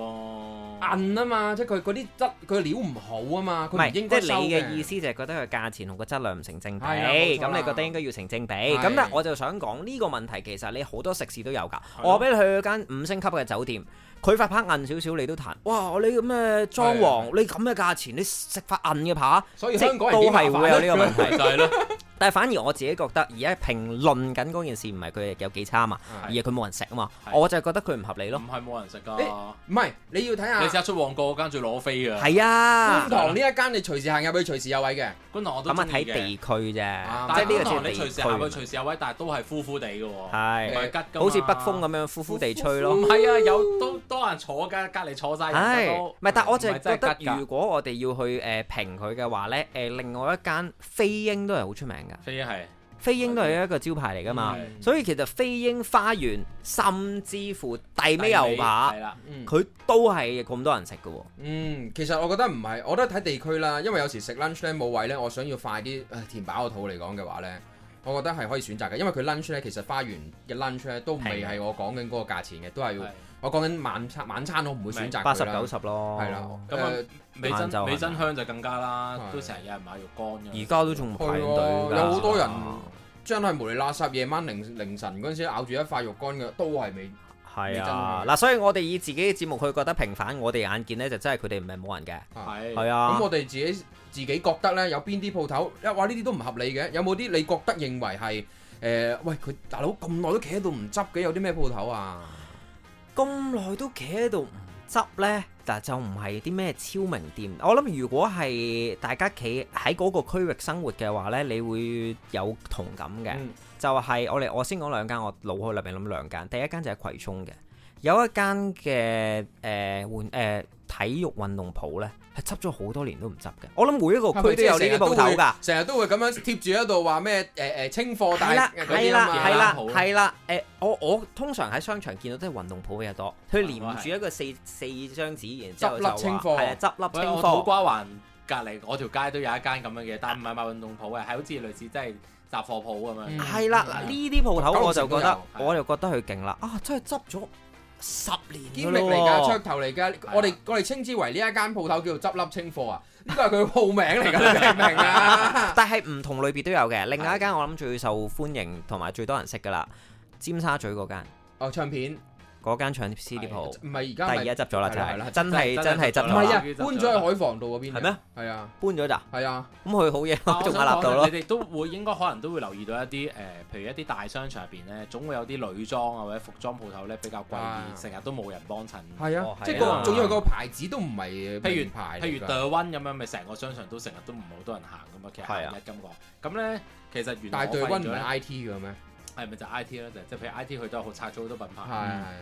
[SPEAKER 4] 硬啊嘛，即係佢嗰啲質佢料唔好啊嘛，
[SPEAKER 2] 唔
[SPEAKER 4] 佢
[SPEAKER 2] 係，
[SPEAKER 4] 唔
[SPEAKER 2] 即
[SPEAKER 4] 應該
[SPEAKER 2] 係
[SPEAKER 4] 收
[SPEAKER 2] 你嘅意思就係覺得佢價錢同個質量唔成正比，
[SPEAKER 4] 係啦冇錯啦
[SPEAKER 2] 咁你覺得應該要成正比。
[SPEAKER 4] 係
[SPEAKER 2] 咁但係我就想講呢個問題，其實你好多食肆都有㗎。我俾你去嗰間五星級嘅酒店，佢塊扒硬少少你都彈，哇！你咁嘅裝
[SPEAKER 4] 啊
[SPEAKER 2] 潢，你咁嘅價錢，你食塊硬嘅扒，
[SPEAKER 4] 所以
[SPEAKER 2] 即
[SPEAKER 4] 香港人
[SPEAKER 2] 都係會有呢個問題。
[SPEAKER 3] 就係咯，
[SPEAKER 2] 但係反而我自己覺得，而家評論緊嗰件事唔係佢有幾差嘛，
[SPEAKER 4] 係
[SPEAKER 2] 而係佢冇人食啊嘛，
[SPEAKER 3] 係
[SPEAKER 2] 我就覺得佢唔合理咯
[SPEAKER 3] 唔。係冇人食噶。
[SPEAKER 4] 誒唔係你要睇
[SPEAKER 3] 你試
[SPEAKER 4] 下
[SPEAKER 3] 下出旺角嗰間最攞飛啊！
[SPEAKER 2] 係啊
[SPEAKER 4] 觀，塘呢一間，你隨時行入去隨時有位嘅，
[SPEAKER 3] 觀塘我都
[SPEAKER 2] 咁啊睇
[SPEAKER 3] 地，
[SPEAKER 2] 地區啫，即
[SPEAKER 4] 啱
[SPEAKER 2] 係呢
[SPEAKER 3] 觀
[SPEAKER 2] 個
[SPEAKER 3] 塘
[SPEAKER 2] 算
[SPEAKER 3] 你
[SPEAKER 2] 地
[SPEAKER 3] 隨時
[SPEAKER 2] 區
[SPEAKER 3] 行去
[SPEAKER 2] 問
[SPEAKER 3] 隨
[SPEAKER 2] 題。
[SPEAKER 3] 時有位，但係都係呼呼地嘅喎，唔
[SPEAKER 2] 係，
[SPEAKER 3] 係吉㗎嘛
[SPEAKER 2] 好似北風咁樣呼呼地吹
[SPEAKER 3] 唔
[SPEAKER 2] 咯。
[SPEAKER 3] 係啊，有都多人坐㗎，隔離坐晒人㗎
[SPEAKER 2] 係，
[SPEAKER 3] 都。
[SPEAKER 2] 唔係？但我就係
[SPEAKER 3] 唔真
[SPEAKER 2] 覺得，
[SPEAKER 3] 吉㗎
[SPEAKER 2] 如果我哋要去誒評佢嘅話咧，誒另外一間飛鷹都係好出名㗎，
[SPEAKER 3] 飛係
[SPEAKER 2] 飛鷹都係一個招牌嚟㗎嘛。
[SPEAKER 3] 嗯
[SPEAKER 2] 所以其實飛鷹花園，甚至乎帝尾牛扒
[SPEAKER 3] 係，啦，
[SPEAKER 4] 嗯
[SPEAKER 2] 佢都係咁多人食㗎喎。
[SPEAKER 4] 嗯，其實我覺得唔係，我覺得睇地區啦，因為有時食 lunch 咧冇位咧，我想要快啲唉填飽個肚嚟講嘅話咧。我覺得係可以選擇嘅，因為佢 lunch 咧，其實花園嘅 lunch 咧都未係我講緊嗰個價錢嘅，都係
[SPEAKER 3] 係
[SPEAKER 4] 我講緊晚餐晚餐，我唔會選擇
[SPEAKER 2] 八
[SPEAKER 4] 佢
[SPEAKER 2] 十
[SPEAKER 4] 啦
[SPEAKER 2] 九十咯，
[SPEAKER 4] 啊係啦，
[SPEAKER 3] 咁啊
[SPEAKER 4] 誒
[SPEAKER 3] 美
[SPEAKER 2] 晏晝係
[SPEAKER 3] 珍
[SPEAKER 2] 嘛
[SPEAKER 3] 美珍香就更加啦，
[SPEAKER 4] 係
[SPEAKER 3] 都成日有人買肉乾
[SPEAKER 2] 而
[SPEAKER 3] 㗎。
[SPEAKER 2] 家都啊仲排緊隊㗎
[SPEAKER 4] 係喎有好多人真係無厘垃圾，夜晚凌凌晨嗰陣時咬住一塊肉乾嘅，都係未
[SPEAKER 2] 係啊
[SPEAKER 4] 你，真
[SPEAKER 2] 嗱，所以我哋以自己嘅節目去覺得平反，我哋眼見呢就真係佢哋唔係冇人嘅，
[SPEAKER 3] 係
[SPEAKER 2] 係
[SPEAKER 4] 嗯咁
[SPEAKER 2] 啊，
[SPEAKER 4] 我哋自己自己覺得呢，有邊啲鋪頭，啊哇呢啲都唔合理嘅，有冇啲你覺得認為係誒、呃喂佢大佬咁耐都企喺度唔執嘅，有啲咩鋪頭啊？
[SPEAKER 2] 咁耐都企喺度唔執呢，嗱就唔係啲咩超名店。我諗如果係大家企喺嗰個區域生活嘅話呢，你會有同感嘅。
[SPEAKER 4] 嗯
[SPEAKER 2] 就係我哋我先講兩間，我腦海裏面諗兩間。第一間就係葵涌嘅，有一間嘅誒換誒體育運動鋪呢，係執咗好多年都唔執嘅。我諗每一個區都有呢啲鋪頭
[SPEAKER 4] 係咪即係成
[SPEAKER 2] 㗎
[SPEAKER 4] 日都會。成日都會咁樣貼住喺度話咩誒誒清貨大
[SPEAKER 2] 係啦，係
[SPEAKER 4] 嗰啲啊
[SPEAKER 2] 啦，
[SPEAKER 4] 嘛
[SPEAKER 2] 係啦
[SPEAKER 3] 好，啊
[SPEAKER 2] 係啦。誒，我我通常喺商場見到都係運動鋪比較多，佢連住一個四四張紙，然之後就
[SPEAKER 4] 執粒清貨
[SPEAKER 2] 話係啊，執粒
[SPEAKER 3] 喂，
[SPEAKER 2] 清
[SPEAKER 3] 我土
[SPEAKER 2] 貨。
[SPEAKER 3] 瓜灣隔離我條街都有一間咁樣嘅，但唔係賣運動鋪嘅，係好似類似即係雜貨鋪咁
[SPEAKER 4] 嗯
[SPEAKER 3] 樣。
[SPEAKER 2] 係啦，嗱呢啲鋪頭我就覺得，
[SPEAKER 3] 九成都有
[SPEAKER 2] 我就覺得佢勁啦。啊，真係執咗十年
[SPEAKER 4] 堅
[SPEAKER 2] 㗎
[SPEAKER 4] 力嚟㗎，
[SPEAKER 2] 咯
[SPEAKER 4] 噱頭嚟㗎，
[SPEAKER 3] 啊
[SPEAKER 4] 我哋我哋稱之為呢一間鋪頭叫做執笠清貨啊，呢個係佢嘅鋪 名嚟㗎，你明唔明啊？
[SPEAKER 2] 但係唔同類別都有嘅。另外一間我諗最受歡迎同埋最多人識㗎啦，尖沙咀嗰間
[SPEAKER 4] 哦，唱片
[SPEAKER 2] 嗰間唱 CD 鋪，
[SPEAKER 4] 唔係而
[SPEAKER 2] 第
[SPEAKER 4] 家
[SPEAKER 2] 二
[SPEAKER 4] 咪
[SPEAKER 2] 一執咗啦，
[SPEAKER 4] 係啦
[SPEAKER 2] 就
[SPEAKER 4] 係啦
[SPEAKER 2] 係真係
[SPEAKER 3] 真
[SPEAKER 2] 真
[SPEAKER 3] 係
[SPEAKER 2] 係
[SPEAKER 3] 執咗
[SPEAKER 2] 執
[SPEAKER 4] 唔
[SPEAKER 2] 咗
[SPEAKER 3] 啦
[SPEAKER 2] 啦，
[SPEAKER 4] 係啊，搬咗去海防道嗰邊嘅。
[SPEAKER 2] 係咩？
[SPEAKER 4] 係啊，
[SPEAKER 2] 搬咗咋？
[SPEAKER 4] 係 啊，
[SPEAKER 2] 咁佢好嘢，仲
[SPEAKER 3] 我想
[SPEAKER 2] 屹立到
[SPEAKER 3] 講
[SPEAKER 2] 咯。
[SPEAKER 3] 你哋都會應該可能都會留意到一啲誒、呃譬如一啲大商場入邊咧，總會有啲女裝啊或者服裝鋪頭咧比較貴
[SPEAKER 4] 啊
[SPEAKER 3] 啲，成日都冇人幫襯。
[SPEAKER 4] 係
[SPEAKER 2] 哦
[SPEAKER 4] 啊，即係
[SPEAKER 2] 係啊
[SPEAKER 4] 個仲要係個牌子都唔係
[SPEAKER 3] 譬如
[SPEAKER 4] 名牌嚟㗎，
[SPEAKER 3] 譬如 The One 咁樣，咪成個商場都成日都唔係好多人行咁啊，其實
[SPEAKER 2] 係
[SPEAKER 3] 行
[SPEAKER 2] 啊
[SPEAKER 3] 一金個。咁咧，其實原來
[SPEAKER 4] 但係 The
[SPEAKER 3] 我發
[SPEAKER 4] One
[SPEAKER 3] 現
[SPEAKER 4] 唔
[SPEAKER 3] 咗
[SPEAKER 4] 係
[SPEAKER 3] 呢
[SPEAKER 4] I T 嘅咩？
[SPEAKER 3] 係咪就 I T 咧？就即係譬如 I T 佢都有好拆咗好多品牌。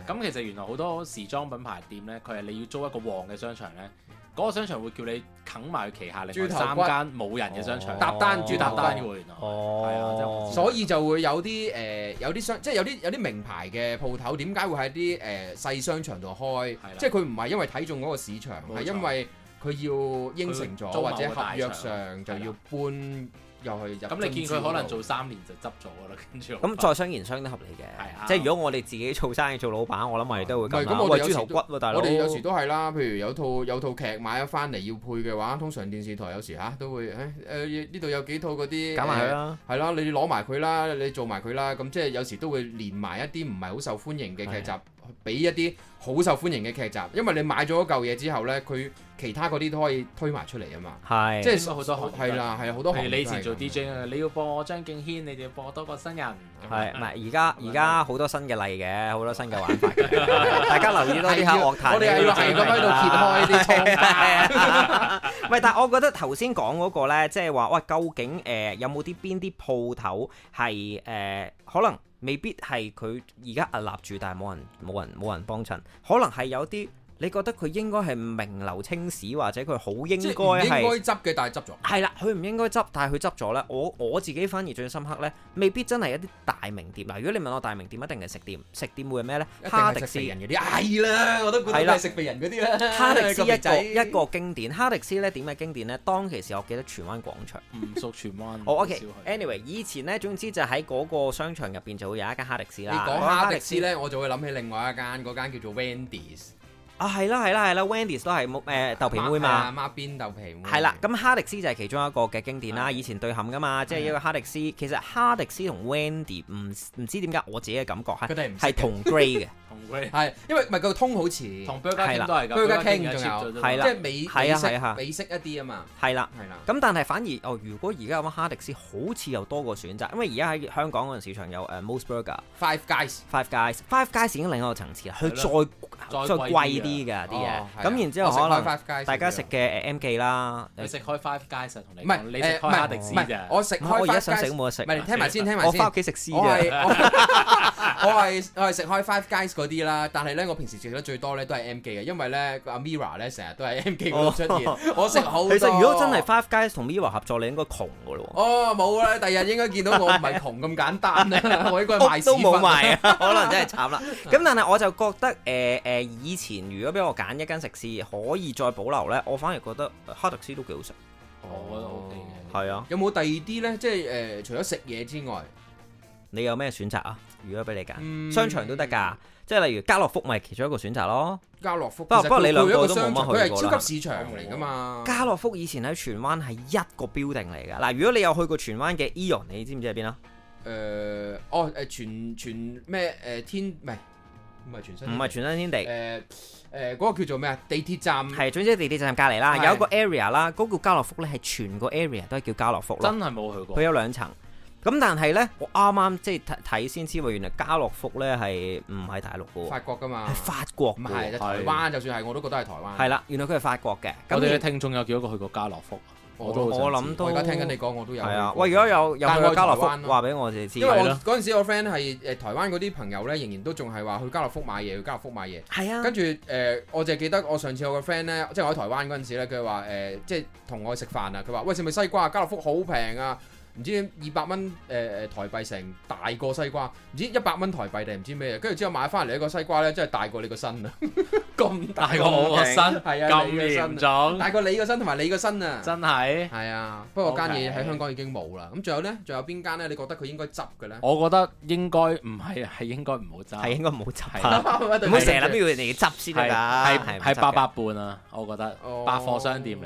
[SPEAKER 4] 係
[SPEAKER 3] 咁其實原來好多時裝品牌店咧，佢係你要租一個旺嘅商場咧，嗰、個商場會叫你啃埋佢旗下另外
[SPEAKER 4] 豬頭
[SPEAKER 3] 三
[SPEAKER 4] 骨
[SPEAKER 3] 間冇人嘅商場，
[SPEAKER 2] 哦
[SPEAKER 4] 搭單
[SPEAKER 3] 豬
[SPEAKER 4] 豬
[SPEAKER 3] 搭
[SPEAKER 4] 頭
[SPEAKER 3] 單
[SPEAKER 4] 單
[SPEAKER 3] 嘅喎，原來。係啊真係好
[SPEAKER 2] 哦
[SPEAKER 3] 似，
[SPEAKER 4] 所以就會有啲誒、呃有啲商，即係有啲有啲名牌嘅鋪頭，點解會喺啲誒細商場度開
[SPEAKER 3] 係啦？
[SPEAKER 4] 即係佢唔係因為睇中嗰個市場，
[SPEAKER 3] 冇錯
[SPEAKER 4] 係因為佢要應承
[SPEAKER 3] 佢
[SPEAKER 4] 咗
[SPEAKER 3] 租某
[SPEAKER 4] 或
[SPEAKER 3] 個
[SPEAKER 4] 者合約
[SPEAKER 3] 大場
[SPEAKER 4] 上就要搬入去入。
[SPEAKER 3] 咁你見佢可能做三年就執咗噶啦，跟住
[SPEAKER 4] 啊
[SPEAKER 2] 咁在商言商都合理
[SPEAKER 3] 係啊
[SPEAKER 2] 嘅，即係如果我哋自己做生意做老闆，我諗我哋都會
[SPEAKER 4] 唔係
[SPEAKER 2] 咁
[SPEAKER 4] 咁
[SPEAKER 2] 啦。
[SPEAKER 4] 我哋
[SPEAKER 2] 喂，
[SPEAKER 4] 有
[SPEAKER 2] 豬
[SPEAKER 4] 時
[SPEAKER 2] 頭骨喎，大佬。
[SPEAKER 4] 我哋有時都係啦，譬如有套有套劇買咗翻嚟要配嘅話，通常電視台有時嚇、都會誒誒呢度有幾套嗰啲
[SPEAKER 2] 搞埋佢啦。
[SPEAKER 4] 係啦，你攞埋佢啦，你做埋佢啦，咁即係有時都會連埋一啲唔係好受歡迎嘅劇集，俾一啲好受歡迎嘅劇集，因為你買咗嗰嚿嘢之後呢，佢其他嗰啲都可以推埋出嚟啊嘛，
[SPEAKER 2] 係，
[SPEAKER 4] 即
[SPEAKER 2] 即
[SPEAKER 3] 應該好
[SPEAKER 4] 係
[SPEAKER 3] 多行業都係
[SPEAKER 4] 係啦，係好多
[SPEAKER 3] 譬
[SPEAKER 4] 行
[SPEAKER 3] 如
[SPEAKER 4] 業
[SPEAKER 3] 你以前做
[SPEAKER 4] 都係咁
[SPEAKER 3] DJ 啊，你要播我張敬軒，你哋要播多個新人。
[SPEAKER 4] 嗯
[SPEAKER 2] 係唔 係？而家
[SPEAKER 3] 係咪
[SPEAKER 2] 而家好多新嘅例嘅，好多新嘅玩法嘅。 大家留意多啲下樂壇。
[SPEAKER 4] 我哋係要係咁喺度 揭開啲
[SPEAKER 2] 唔
[SPEAKER 4] 窗
[SPEAKER 2] 係，但係我覺得頭先講嗰個咧，即係話喂，究竟誒、呃有冇啲邊啲鋪頭係誒可能未必係佢而家屹立住，但係冇人冇人冇人幫襯，可能係有啲你覺得佢應該係名流青史，或者佢好應
[SPEAKER 4] 即係唔應
[SPEAKER 2] 該係。
[SPEAKER 4] 該執嘅，但係執咗。
[SPEAKER 2] 係啦，佢唔應該執，但係佢執咗咧。我我自己反而最深刻咧，未必真係一啲大名店嗱。如果你問我大名店，一定係食店，食店會係咩咧？
[SPEAKER 4] 一定
[SPEAKER 2] 哈
[SPEAKER 4] 係
[SPEAKER 2] 迪
[SPEAKER 4] 食
[SPEAKER 2] 斯
[SPEAKER 4] 肥。人嗰啲，係啦，我都估到
[SPEAKER 2] 係啦
[SPEAKER 4] 係食肥人嗰啲啦。
[SPEAKER 2] 哈迪斯一
[SPEAKER 4] 哎個
[SPEAKER 2] 個一個經典，哈迪斯咧點嘅經典咧？當其時我記得荃灣廣場。
[SPEAKER 3] 唔熟荃
[SPEAKER 4] 嗯
[SPEAKER 3] 灣。
[SPEAKER 2] 我
[SPEAKER 3] 好少去
[SPEAKER 2] OK，anyway，以前咧總之就喺嗰個商場入邊就會有一間哈迪斯
[SPEAKER 4] 你
[SPEAKER 2] 啦。
[SPEAKER 4] 講
[SPEAKER 2] 嗰間
[SPEAKER 4] 哈迪斯呢，我就會諗起另外一間，嗰間叫做 Wendy's，
[SPEAKER 2] 啊係啦係啦係啦，Wendy's 都係冇誒豆皮妹
[SPEAKER 4] 係
[SPEAKER 2] 嘛
[SPEAKER 4] 啊。孖邊豆皮妹。
[SPEAKER 2] 係啦，咁哈迪斯就係其中一個嘅經典啦。以前對冚噶嘛，即係一個哈迪斯。其實哈迪斯同 Wendy 唔唔知點解我自己嘅感覺
[SPEAKER 4] 佢
[SPEAKER 2] 係
[SPEAKER 4] 哋唔識
[SPEAKER 2] 係同 grade 嘅，
[SPEAKER 3] 同佢
[SPEAKER 4] 係，因為唔係個通好似，
[SPEAKER 3] 同 Burger King 都係咁 King
[SPEAKER 4] Burger King
[SPEAKER 3] 而家
[SPEAKER 4] 仲有
[SPEAKER 3] cheap 咗啫
[SPEAKER 2] 係啦
[SPEAKER 4] 即係美
[SPEAKER 2] 係啊
[SPEAKER 4] 美式
[SPEAKER 2] 係啊
[SPEAKER 4] 美式一啲啊嘛，
[SPEAKER 2] 係啦。
[SPEAKER 4] 係啦。
[SPEAKER 2] 咁但係反而哦，如果而家咁哈迪斯好似又多個選擇，因為而家喺香港嗰陣市場有誒 Most Burger、
[SPEAKER 4] Five Guys
[SPEAKER 2] Five Guys，Five Guys 已經另一個層次啦，佢
[SPEAKER 3] 係咯
[SPEAKER 2] 再
[SPEAKER 3] 再
[SPEAKER 2] 再
[SPEAKER 3] 貴
[SPEAKER 2] 貴
[SPEAKER 3] 啲
[SPEAKER 2] 啲㗎啲嘢
[SPEAKER 4] 啊哦，係啊
[SPEAKER 2] 咁然之後
[SPEAKER 4] 我食
[SPEAKER 2] 可
[SPEAKER 4] 開
[SPEAKER 2] 能
[SPEAKER 4] Five Guys
[SPEAKER 2] 大家食嘅誒 M 記啦，
[SPEAKER 3] 你食開 Five Guys 啊，同你
[SPEAKER 4] 唔
[SPEAKER 3] 講
[SPEAKER 4] 係
[SPEAKER 3] 你食開
[SPEAKER 4] 誒唔係
[SPEAKER 3] 哈迪斯
[SPEAKER 4] 唔係
[SPEAKER 3] 咋？
[SPEAKER 4] 我食
[SPEAKER 2] 唔
[SPEAKER 4] 開
[SPEAKER 2] 係我而
[SPEAKER 4] Five
[SPEAKER 2] 家想食
[SPEAKER 4] Guys，
[SPEAKER 2] 都冇得食
[SPEAKER 4] 唔，係你聽埋先，聽埋
[SPEAKER 2] 我翻
[SPEAKER 4] 先
[SPEAKER 2] 屋。企食絲
[SPEAKER 4] 我
[SPEAKER 2] 啫，
[SPEAKER 4] 係我我係我係食開 Five Guys 嗰啲啦，但係咧我平時食得最多咧都係 M 記嘅，因為咧個阿 Mira 咧成日都喺 M 記嗰度出現，我食好 多。
[SPEAKER 2] 其實如果真係 Five Guys 同 Mirror 合作，你應該窮㗎咯喎。
[SPEAKER 4] 哦冇啦，第日應該見到我唔係窮 咁簡單啦，我應該賣
[SPEAKER 2] 屋都冇
[SPEAKER 4] 賣。
[SPEAKER 2] 賣 啊，可能真係慘啦。咁但係我就覺得誒誒、呃以前如果俾我揀一間食肆可以再保留咧，我反而覺得呃哈迪斯都幾好食。
[SPEAKER 3] 我覺得哦 OK 嘅。
[SPEAKER 2] 係啊，
[SPEAKER 4] 有冇第二啲咧？即係誒、呃除咗食嘢之外，
[SPEAKER 2] 你有咩選擇啊？如果俾你揀，
[SPEAKER 4] 嗯
[SPEAKER 2] 商場都得㗎，即係例如家樂福咪其中一個選擇咯。
[SPEAKER 4] 家樂福，
[SPEAKER 2] 不過
[SPEAKER 4] 其實
[SPEAKER 2] 不過
[SPEAKER 4] 佢
[SPEAKER 2] 你兩
[SPEAKER 4] 佢有
[SPEAKER 2] 個
[SPEAKER 4] 一
[SPEAKER 2] 都
[SPEAKER 4] 商
[SPEAKER 2] 冇
[SPEAKER 4] 場
[SPEAKER 2] 乜
[SPEAKER 4] 佢
[SPEAKER 2] 去過
[SPEAKER 4] 係
[SPEAKER 2] 啦
[SPEAKER 4] 超級市場嚟㗎嘛。
[SPEAKER 2] 家樂福以前喺荃灣係一個 building 嚟㗎。嗱，如果你有去過荃灣嘅 Eon，你知唔知喺邊啊？
[SPEAKER 4] 誒、哦誒，全全咩誒、天唔係唔係全新，
[SPEAKER 2] 唔係荃新天地，
[SPEAKER 4] 誒誒嗰個叫做咩啊？地鐵站
[SPEAKER 2] 係總之地鐵站隔離啦，
[SPEAKER 4] 係
[SPEAKER 2] 有一個 area 啦，嗰個叫家樂福咧係全個 area 都係叫家樂福咯。
[SPEAKER 3] 真係冇去過
[SPEAKER 2] 佢。有兩層。咁但係呢，我啱啱即係睇睇先知喎，原來家樂福呢係唔係大陸嘅
[SPEAKER 4] 法
[SPEAKER 2] 喎，
[SPEAKER 4] 國㗎嗯嘛
[SPEAKER 2] 係？法國
[SPEAKER 4] 唔
[SPEAKER 2] 嘅
[SPEAKER 4] 係
[SPEAKER 2] 喎，
[SPEAKER 4] 台灣，就算係我都覺得係台灣。
[SPEAKER 2] 係啦，原來佢係法國嘅。
[SPEAKER 3] 我哋嘅
[SPEAKER 2] 咁
[SPEAKER 3] 聽眾有幾多個去過家樂福啊？
[SPEAKER 4] 我
[SPEAKER 3] 都好想
[SPEAKER 2] 我
[SPEAKER 3] 知
[SPEAKER 2] 諗都
[SPEAKER 4] 我而家聽緊你講，我都有。
[SPEAKER 2] 係啊，喂，如果有有
[SPEAKER 4] 但
[SPEAKER 2] 去
[SPEAKER 4] 係我
[SPEAKER 2] 過
[SPEAKER 4] 去
[SPEAKER 2] 家樂
[SPEAKER 4] 台灣
[SPEAKER 2] 福，
[SPEAKER 4] 咯
[SPEAKER 2] 話俾我哋知。
[SPEAKER 4] 因為我
[SPEAKER 2] 係咯
[SPEAKER 4] 嗰陣時，我 friend 係誒台灣嗰啲朋友咧，仍然都仲係話去家樂福買嘢，去家樂福買嘢。
[SPEAKER 2] 係啊，
[SPEAKER 4] 跟住誒、呃我就記得我上次有個 friend 咧，即係我喺台灣嗰陣時咧，佢話誒，即係同我食飯啊，佢話喂食咪西瓜啊，家樂福好平啊，唔知二百蚊誒誒台幣成大個西瓜，唔知一百蚊台幣定唔知咩啊，跟住之後買翻嚟一個西瓜咧，真係大過你個身啊，咁
[SPEAKER 3] 大
[SPEAKER 4] 大
[SPEAKER 3] 過我個身
[SPEAKER 4] 係啊，
[SPEAKER 3] 咁
[SPEAKER 4] 你個
[SPEAKER 3] 嚴
[SPEAKER 4] 身
[SPEAKER 3] 重，
[SPEAKER 4] 大過你個身同埋你個身啊，
[SPEAKER 3] 真係。
[SPEAKER 4] 係啊，不過間嘢
[SPEAKER 3] OK
[SPEAKER 4] 喺香港已經冇啦，咁仲有咧，仲有邊間咧？你覺得佢應該執嘅咧？
[SPEAKER 3] 我覺得應該唔係， 係應該唔好揸。
[SPEAKER 2] 係應該唔好
[SPEAKER 3] 係
[SPEAKER 2] 執
[SPEAKER 3] 啦
[SPEAKER 2] 啊，
[SPEAKER 4] 唔
[SPEAKER 2] 唔好成日諗住人哋執先得㗎。
[SPEAKER 3] 係係
[SPEAKER 2] 唔執嘅
[SPEAKER 4] 哦
[SPEAKER 3] 八佰伴啊，我覺得百貨商店嚟。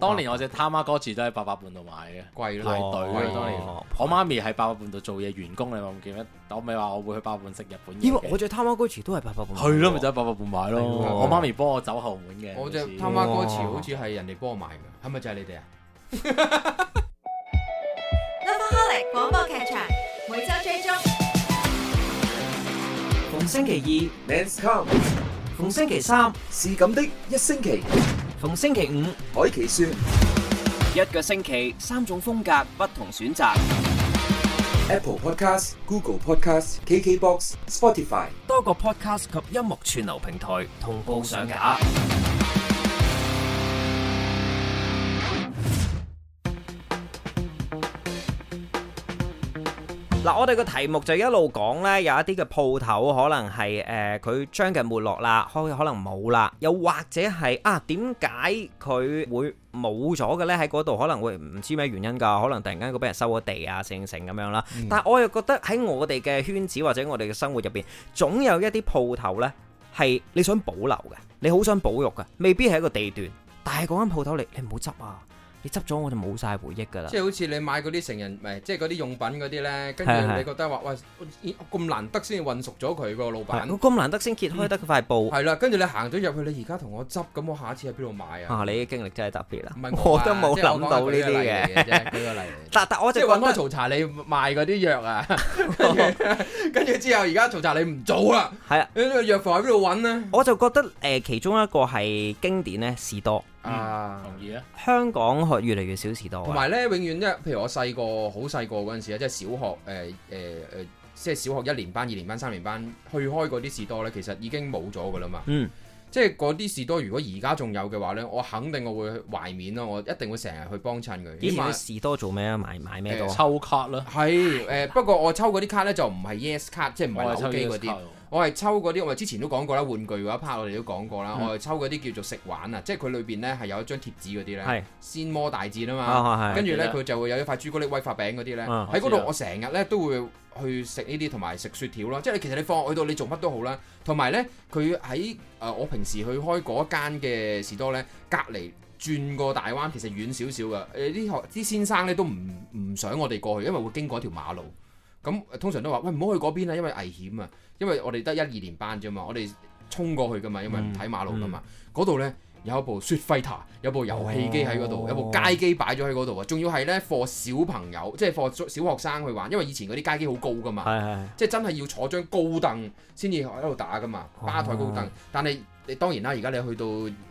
[SPEAKER 3] 當年我只他媽哥字都喺八百半度買嘅。
[SPEAKER 4] 貴
[SPEAKER 3] 排
[SPEAKER 4] 咯，
[SPEAKER 3] 隊啊嘅當年
[SPEAKER 2] 哦，
[SPEAKER 3] 我媽咪喺八百半度做嘢員工，你話唔記得？我咪話我會去八百半食日本嘢
[SPEAKER 2] 因為
[SPEAKER 3] 嘅。
[SPEAKER 2] 我最貪媽嗰時都係八百半，
[SPEAKER 3] 係咯，咪就喺八百半買咯。
[SPEAKER 2] 係喎
[SPEAKER 3] 我媽咪幫我走後門嘅。
[SPEAKER 4] 我隻
[SPEAKER 3] 好似
[SPEAKER 4] 他媽歌詞好似係人哋幫我買嘅，係咪就係你哋啊？
[SPEAKER 5] Lovaholic 廣播劇場每周追蹤。
[SPEAKER 7] 逢星期
[SPEAKER 6] Men's Come
[SPEAKER 7] 二、逢星期三、
[SPEAKER 6] 是咁的一星期，
[SPEAKER 7] 逢星期五，
[SPEAKER 6] 海奇說
[SPEAKER 7] 一個星期三種風格，不同選擇，
[SPEAKER 6] Apple Podcast、Google Podcast、KKBox、Spotify。
[SPEAKER 7] 多個 podcast 及音樂串流平台同步上架。
[SPEAKER 2] 嗱，我哋個題目就一路講呢，有一啲嘅鋪頭可能係誒佢將近沒落啦，開可能冇啦，又或者係啊點解佢會冇咗嘅呢？喺嗰度可能會唔知咩原因㗎，可能突然間佢俾人收咗地啊，成成咁樣啦。但係我又覺得喺我哋嘅圈子或者我哋嘅生活入邊，總有一啲鋪頭呢係你想保留嘅，你好想保育嘅，未必係一個地段，但係嗰間鋪頭你你唔好執啊，你執咗我就冇晒回憶㗎啦
[SPEAKER 4] 即。係好似你買嗰啲成人，唔係即係嗰啲用品嗰啲咧，跟住
[SPEAKER 2] 係係
[SPEAKER 4] 你覺得話喂咦咁難得先運熟咗佢個老
[SPEAKER 2] 係
[SPEAKER 4] 闆啊
[SPEAKER 2] 我，咁難得先揭開得塊布。
[SPEAKER 4] 係啦，跟住你行咗入去，你而家同我執，咁我下一次喺邊度買啊？
[SPEAKER 2] 啊！你嘅經歷真係特別啦
[SPEAKER 4] 唔 係，
[SPEAKER 2] 我
[SPEAKER 4] 啊
[SPEAKER 2] 都冇
[SPEAKER 4] 即係我
[SPEAKER 2] 諗到呢啲
[SPEAKER 4] 講下舉個例嚟
[SPEAKER 2] 嘅。
[SPEAKER 4] 啫，舉個例嚟。
[SPEAKER 2] 但但我
[SPEAKER 4] 即
[SPEAKER 2] 就
[SPEAKER 4] 係
[SPEAKER 2] 覺
[SPEAKER 4] 揾開
[SPEAKER 2] 得
[SPEAKER 4] 曹查你賣嗰啲 藥啊，跟住跟住之後而家曹查你唔做啦，
[SPEAKER 2] 係啊，
[SPEAKER 4] 你呢個藥房喺邊度揾呢？
[SPEAKER 2] 我就覺得誒、呃其中一個係經典咧，士多。
[SPEAKER 4] 啊！
[SPEAKER 3] 同意啊，
[SPEAKER 2] 香港學越嚟越少士多
[SPEAKER 4] 同
[SPEAKER 2] 啊，
[SPEAKER 4] 埋咧，永遠即係譬如我細個好細個嗰陣時咧，即係小學誒誒誒，即係小學一年班、二年班、三年班去開嗰啲士多咧，其實已經冇咗噶啦嘛。
[SPEAKER 2] 嗯，
[SPEAKER 4] 即係嗰啲士多，如果而家仲有嘅話咧，我肯定我會懷緬啊咯，我一定會成日去幫襯佢。
[SPEAKER 2] 以前
[SPEAKER 4] 起碼
[SPEAKER 2] 啲士多做咩啊？買買咩多？
[SPEAKER 4] 誒
[SPEAKER 3] 抽卡啦，
[SPEAKER 4] 係誒，不過我抽嗰啲卡咧就唔係 Yes 卡，即係唔
[SPEAKER 3] 我係
[SPEAKER 4] 係
[SPEAKER 3] 抽
[SPEAKER 4] 手機嗰
[SPEAKER 3] US 卡
[SPEAKER 4] 啲
[SPEAKER 3] 喎。。
[SPEAKER 4] 我係抽嗰啲，我哋之前都講過啦，玩具嗰一 part 我哋都講過啦，我係抽嗰啲叫做食玩啊，即係佢裏邊咧係有一張貼紙嗰啲咧，
[SPEAKER 2] 係
[SPEAKER 4] 仙魔大戰啊
[SPEAKER 2] 啊
[SPEAKER 4] 嘛，
[SPEAKER 2] 啊，係
[SPEAKER 4] 跟住咧
[SPEAKER 3] 記得
[SPEAKER 4] 佢就會有一塊朱古力威化餅嗰啲咧，
[SPEAKER 2] 啊
[SPEAKER 4] 喺嗰
[SPEAKER 3] 我知
[SPEAKER 4] 度
[SPEAKER 3] 啊
[SPEAKER 4] 我成日咧都會去食呢啲同埋食雪條咯，即係你其實你放學去到你做乜都好啦，同埋咧佢喺誒我平時去開嗰間嘅士多咧，隔離轉個大灣其實遠少少噶，誒啲學啲先生咧都唔唔想我哋過去，因為會經過一條馬路。咁通常都話喂唔好去嗰邊啊，因為危險啊，因為我哋得一二年班啫嘛，我哋衝過去噶嘛，因為唔睇馬路噶嘛，嗰度咧。有一部雪輝塔，有部遊戲機喺嗰度，
[SPEAKER 2] 哦
[SPEAKER 4] 有部街機擺咗喺嗰度啊！仲要係咧課小朋友，即係課小學生去玩，因為以前嗰啲街機好高噶嘛。
[SPEAKER 2] 係係
[SPEAKER 4] 即係真係要坐張高凳先至喺度打噶嘛，
[SPEAKER 2] 哦
[SPEAKER 4] 吧台高凳。但係你當然啦，而家你去到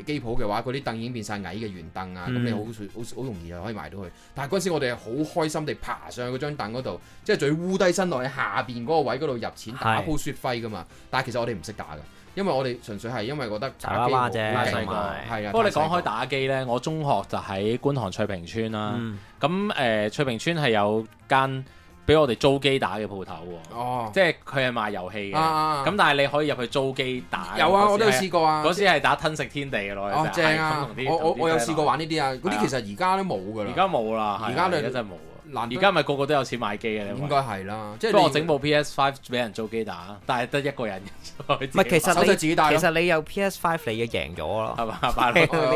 [SPEAKER 4] 機鋪嘅話，嗰啲凳已經變晒矮嘅圓凳啊，咁、
[SPEAKER 2] 嗯
[SPEAKER 4] 你好好好容易就可以埋到去。但係嗰陣時我哋係好開心地爬上去嗰張凳嗰度，即係仲要烏低身落去下邊嗰個位嗰度入錢打
[SPEAKER 2] 係
[SPEAKER 4] 鋪雪輝噶嘛。但係其實我哋唔識打嘅，因為我哋純粹係因為覺得
[SPEAKER 2] 柴娃娃
[SPEAKER 4] 機
[SPEAKER 2] 啫
[SPEAKER 4] 好勁
[SPEAKER 3] 細個
[SPEAKER 4] 係啊。
[SPEAKER 3] 不過你講
[SPEAKER 4] 太細
[SPEAKER 3] 開
[SPEAKER 4] 個
[SPEAKER 3] 打機呢，我中學就喺觀塘翠屏村啦。
[SPEAKER 2] 嗯
[SPEAKER 3] 咁誒、呃翠屏村係有間俾我哋租機打嘅鋪頭喎，
[SPEAKER 4] 哦，
[SPEAKER 3] 即係佢係賣遊戲嘅。咁、
[SPEAKER 4] 啊啊
[SPEAKER 3] 但係你可以入去租機打。
[SPEAKER 4] 有啊，
[SPEAKER 3] 嗰時
[SPEAKER 4] 我都有
[SPEAKER 3] 係
[SPEAKER 4] 試過啊。
[SPEAKER 3] 嗰時係打吞食天地嘅咯，
[SPEAKER 4] 哦，正啊！我我我有試過
[SPEAKER 3] 玩，
[SPEAKER 4] 玩呢啲啊，嗰
[SPEAKER 3] 係
[SPEAKER 4] 啲
[SPEAKER 3] 啊
[SPEAKER 4] 其實而家都冇噶啦。
[SPEAKER 3] 而家冇啦，係啊
[SPEAKER 4] 而家你
[SPEAKER 3] 而家真係冇啊！
[SPEAKER 4] 難得
[SPEAKER 3] 而家咪個個都有錢買機嘅，你話
[SPEAKER 4] 應該係啦，即係
[SPEAKER 3] 啊不過我
[SPEAKER 4] 你
[SPEAKER 3] 整部 PS Five 俾人租機打，但係得一個人。唔
[SPEAKER 2] 唔係，其實
[SPEAKER 4] 手
[SPEAKER 2] 你
[SPEAKER 4] 掣自己帶咯
[SPEAKER 2] 其實你有 PS Five 你就贏咗咯，
[SPEAKER 3] 係嘛，擺
[SPEAKER 2] 你已經
[SPEAKER 3] 落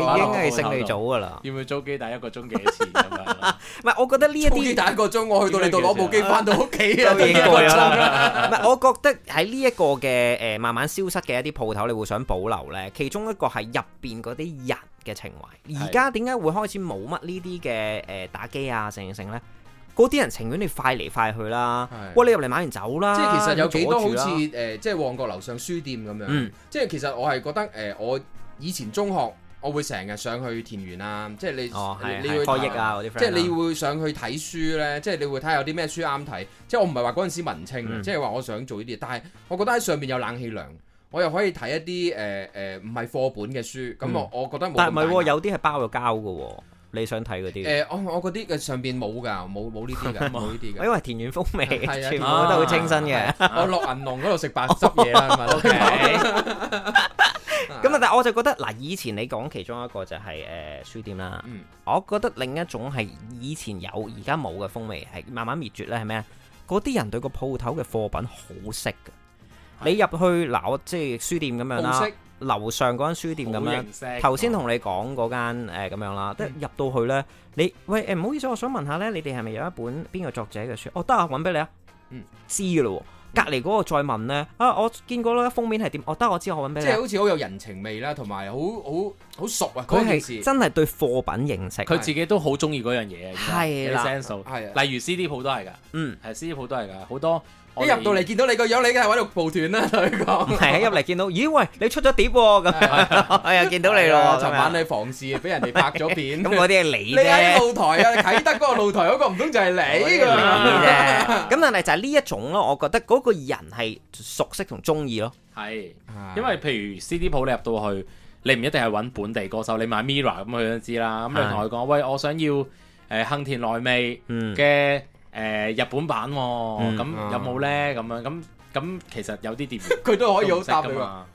[SPEAKER 2] 係勝利組噶啦。
[SPEAKER 3] 要唔要租機打一個鐘幾多錢咁樣啊啦？
[SPEAKER 2] 唔係，我覺得呢一
[SPEAKER 4] 操機
[SPEAKER 2] 啲
[SPEAKER 4] 打一個鐘，我去到你度攞部機翻到屋 企啊，
[SPEAKER 2] 就已經過咗
[SPEAKER 4] 一個鐘 啊。
[SPEAKER 2] 啦。唔係，我覺得喺呢一個嘅誒慢慢消失嘅一啲鋪頭，你會想保留呢。其中一個係入邊嗰啲人嘅情懷。而家點解會開始冇乜呢啲嘅誒打機啊成成呢？嗰啲人情願你快嚟快去啦
[SPEAKER 4] 係，
[SPEAKER 2] 喂你入嚟買完走啦，
[SPEAKER 4] 即係其實有幾多好
[SPEAKER 2] 阻
[SPEAKER 4] 似
[SPEAKER 2] 住啦
[SPEAKER 4] 誒，即係旺角樓上書店咁樣
[SPEAKER 2] 嗯。
[SPEAKER 4] 即係其實我係覺得誒，我以前中學我會成日上去田園啊，即係你
[SPEAKER 2] 哦係
[SPEAKER 4] 你你
[SPEAKER 2] 係
[SPEAKER 4] 會
[SPEAKER 2] 開益啊嗰啲 friend，
[SPEAKER 4] 即係你會上去睇書呢，即係你會睇下有啲咩書啱睇。即係我唔係話嗰陣時文青啊，
[SPEAKER 2] 嗯
[SPEAKER 4] 即係話我想做呢啲嘢，但係我覺得喺上面有冷氣涼，我又可以睇一啲誒誒唔係課本嘅書。咁我我覺得冇咁
[SPEAKER 2] 嗯但係唔係
[SPEAKER 4] 大
[SPEAKER 2] 喎，
[SPEAKER 4] 壓
[SPEAKER 2] 有啲係包咗膠嘅喎，你想睇嗰啲，
[SPEAKER 4] 誒、我我嗰啲嘅上邊冇㗎，冇冇呢 啲㗎，冇呢啲㗎。
[SPEAKER 2] 因為田園風味，
[SPEAKER 4] 係啊
[SPEAKER 2] 全部都好清新嘅。哦
[SPEAKER 4] 我落銀龍嗰度食 白汁嘢啦，係咪
[SPEAKER 2] OK 咁啊
[SPEAKER 4] 啊，，
[SPEAKER 2] 但係我就覺得嗱，以前你講其中一個就係、誒、書店啦，
[SPEAKER 4] 嗯
[SPEAKER 2] 我覺得另一種係以前有而家冇嘅風味，係慢慢滅絕咧，係咩啊？嗰啲人對個鋪頭嘅貨品好識嘅，你入去嗱，我即係書店咁樣
[SPEAKER 4] 好
[SPEAKER 2] 啦
[SPEAKER 4] 識，
[SPEAKER 2] 樓上嗰間書店咁
[SPEAKER 3] 好
[SPEAKER 2] 樣。
[SPEAKER 3] 形式哦
[SPEAKER 2] 頭先同你講嗰間誒咁樣啦，即係入到去咧，你喂誒唔好意思，我想問下咧，你哋係咪有一本邊個作者嘅書？哦，得啊，揾俾你啊。
[SPEAKER 4] 嗯，
[SPEAKER 2] 知咯喎。隔離嗰個再問咧，啊，我見過啦，封面係點？哦，得，我知，我揾俾
[SPEAKER 4] 即
[SPEAKER 2] 你
[SPEAKER 4] 係
[SPEAKER 2] 啊。
[SPEAKER 4] 好似好有人情味啦，同埋好好好熟啊
[SPEAKER 2] 佢
[SPEAKER 4] 嗰件事
[SPEAKER 2] 係。真係對貨品認識。
[SPEAKER 3] 佢自己都好中意嗰樣嘢嘅，
[SPEAKER 2] 係啦
[SPEAKER 3] sense 到
[SPEAKER 4] 係啊
[SPEAKER 3] 例如 CD 鋪都係㗎，
[SPEAKER 2] 嗯，
[SPEAKER 3] 係 CD 鋪都係㗎，好多我
[SPEAKER 4] 一
[SPEAKER 3] 哋
[SPEAKER 4] 入到嚟見到你個樣，你梗係喺度抱團啦，同佢講。
[SPEAKER 2] 係一入嚟見到，咦喂，你出咗碟喎咁樣，我又見到你
[SPEAKER 4] 係
[SPEAKER 2] 咯
[SPEAKER 4] 啊
[SPEAKER 2] 喎。
[SPEAKER 4] 尋晚
[SPEAKER 2] 咁樣
[SPEAKER 4] 你房事俾人哋拍咗片。
[SPEAKER 2] 咁嗰啲係你
[SPEAKER 4] 你喺
[SPEAKER 2] 啫。
[SPEAKER 4] 露台 啊，啟德嗰個露台嗰個唔通就係你㗎
[SPEAKER 2] 你
[SPEAKER 4] 啦？
[SPEAKER 2] 啫，咁但係就係呢一種咯，我覺得嗰個人係熟悉同中 意咯，
[SPEAKER 3] 係。因為譬如 CD 鋪你入到去，你唔一定係揾本地歌手，你買 Mira 咁佢都知啦。咁
[SPEAKER 2] 係
[SPEAKER 3] 你同佢講，喂，我想要誒
[SPEAKER 4] 嗯
[SPEAKER 3] 幸田內美
[SPEAKER 2] 嗯
[SPEAKER 3] 嘅誒日本版
[SPEAKER 2] 嗯
[SPEAKER 3] 喎，
[SPEAKER 4] 啊
[SPEAKER 3] 咁有冇咧？咁樣咁咁其實有啲碟
[SPEAKER 4] 佢 都可以
[SPEAKER 3] 都
[SPEAKER 4] 好
[SPEAKER 3] 唔識
[SPEAKER 4] 答
[SPEAKER 3] 㗎
[SPEAKER 4] 你話
[SPEAKER 3] 嘛。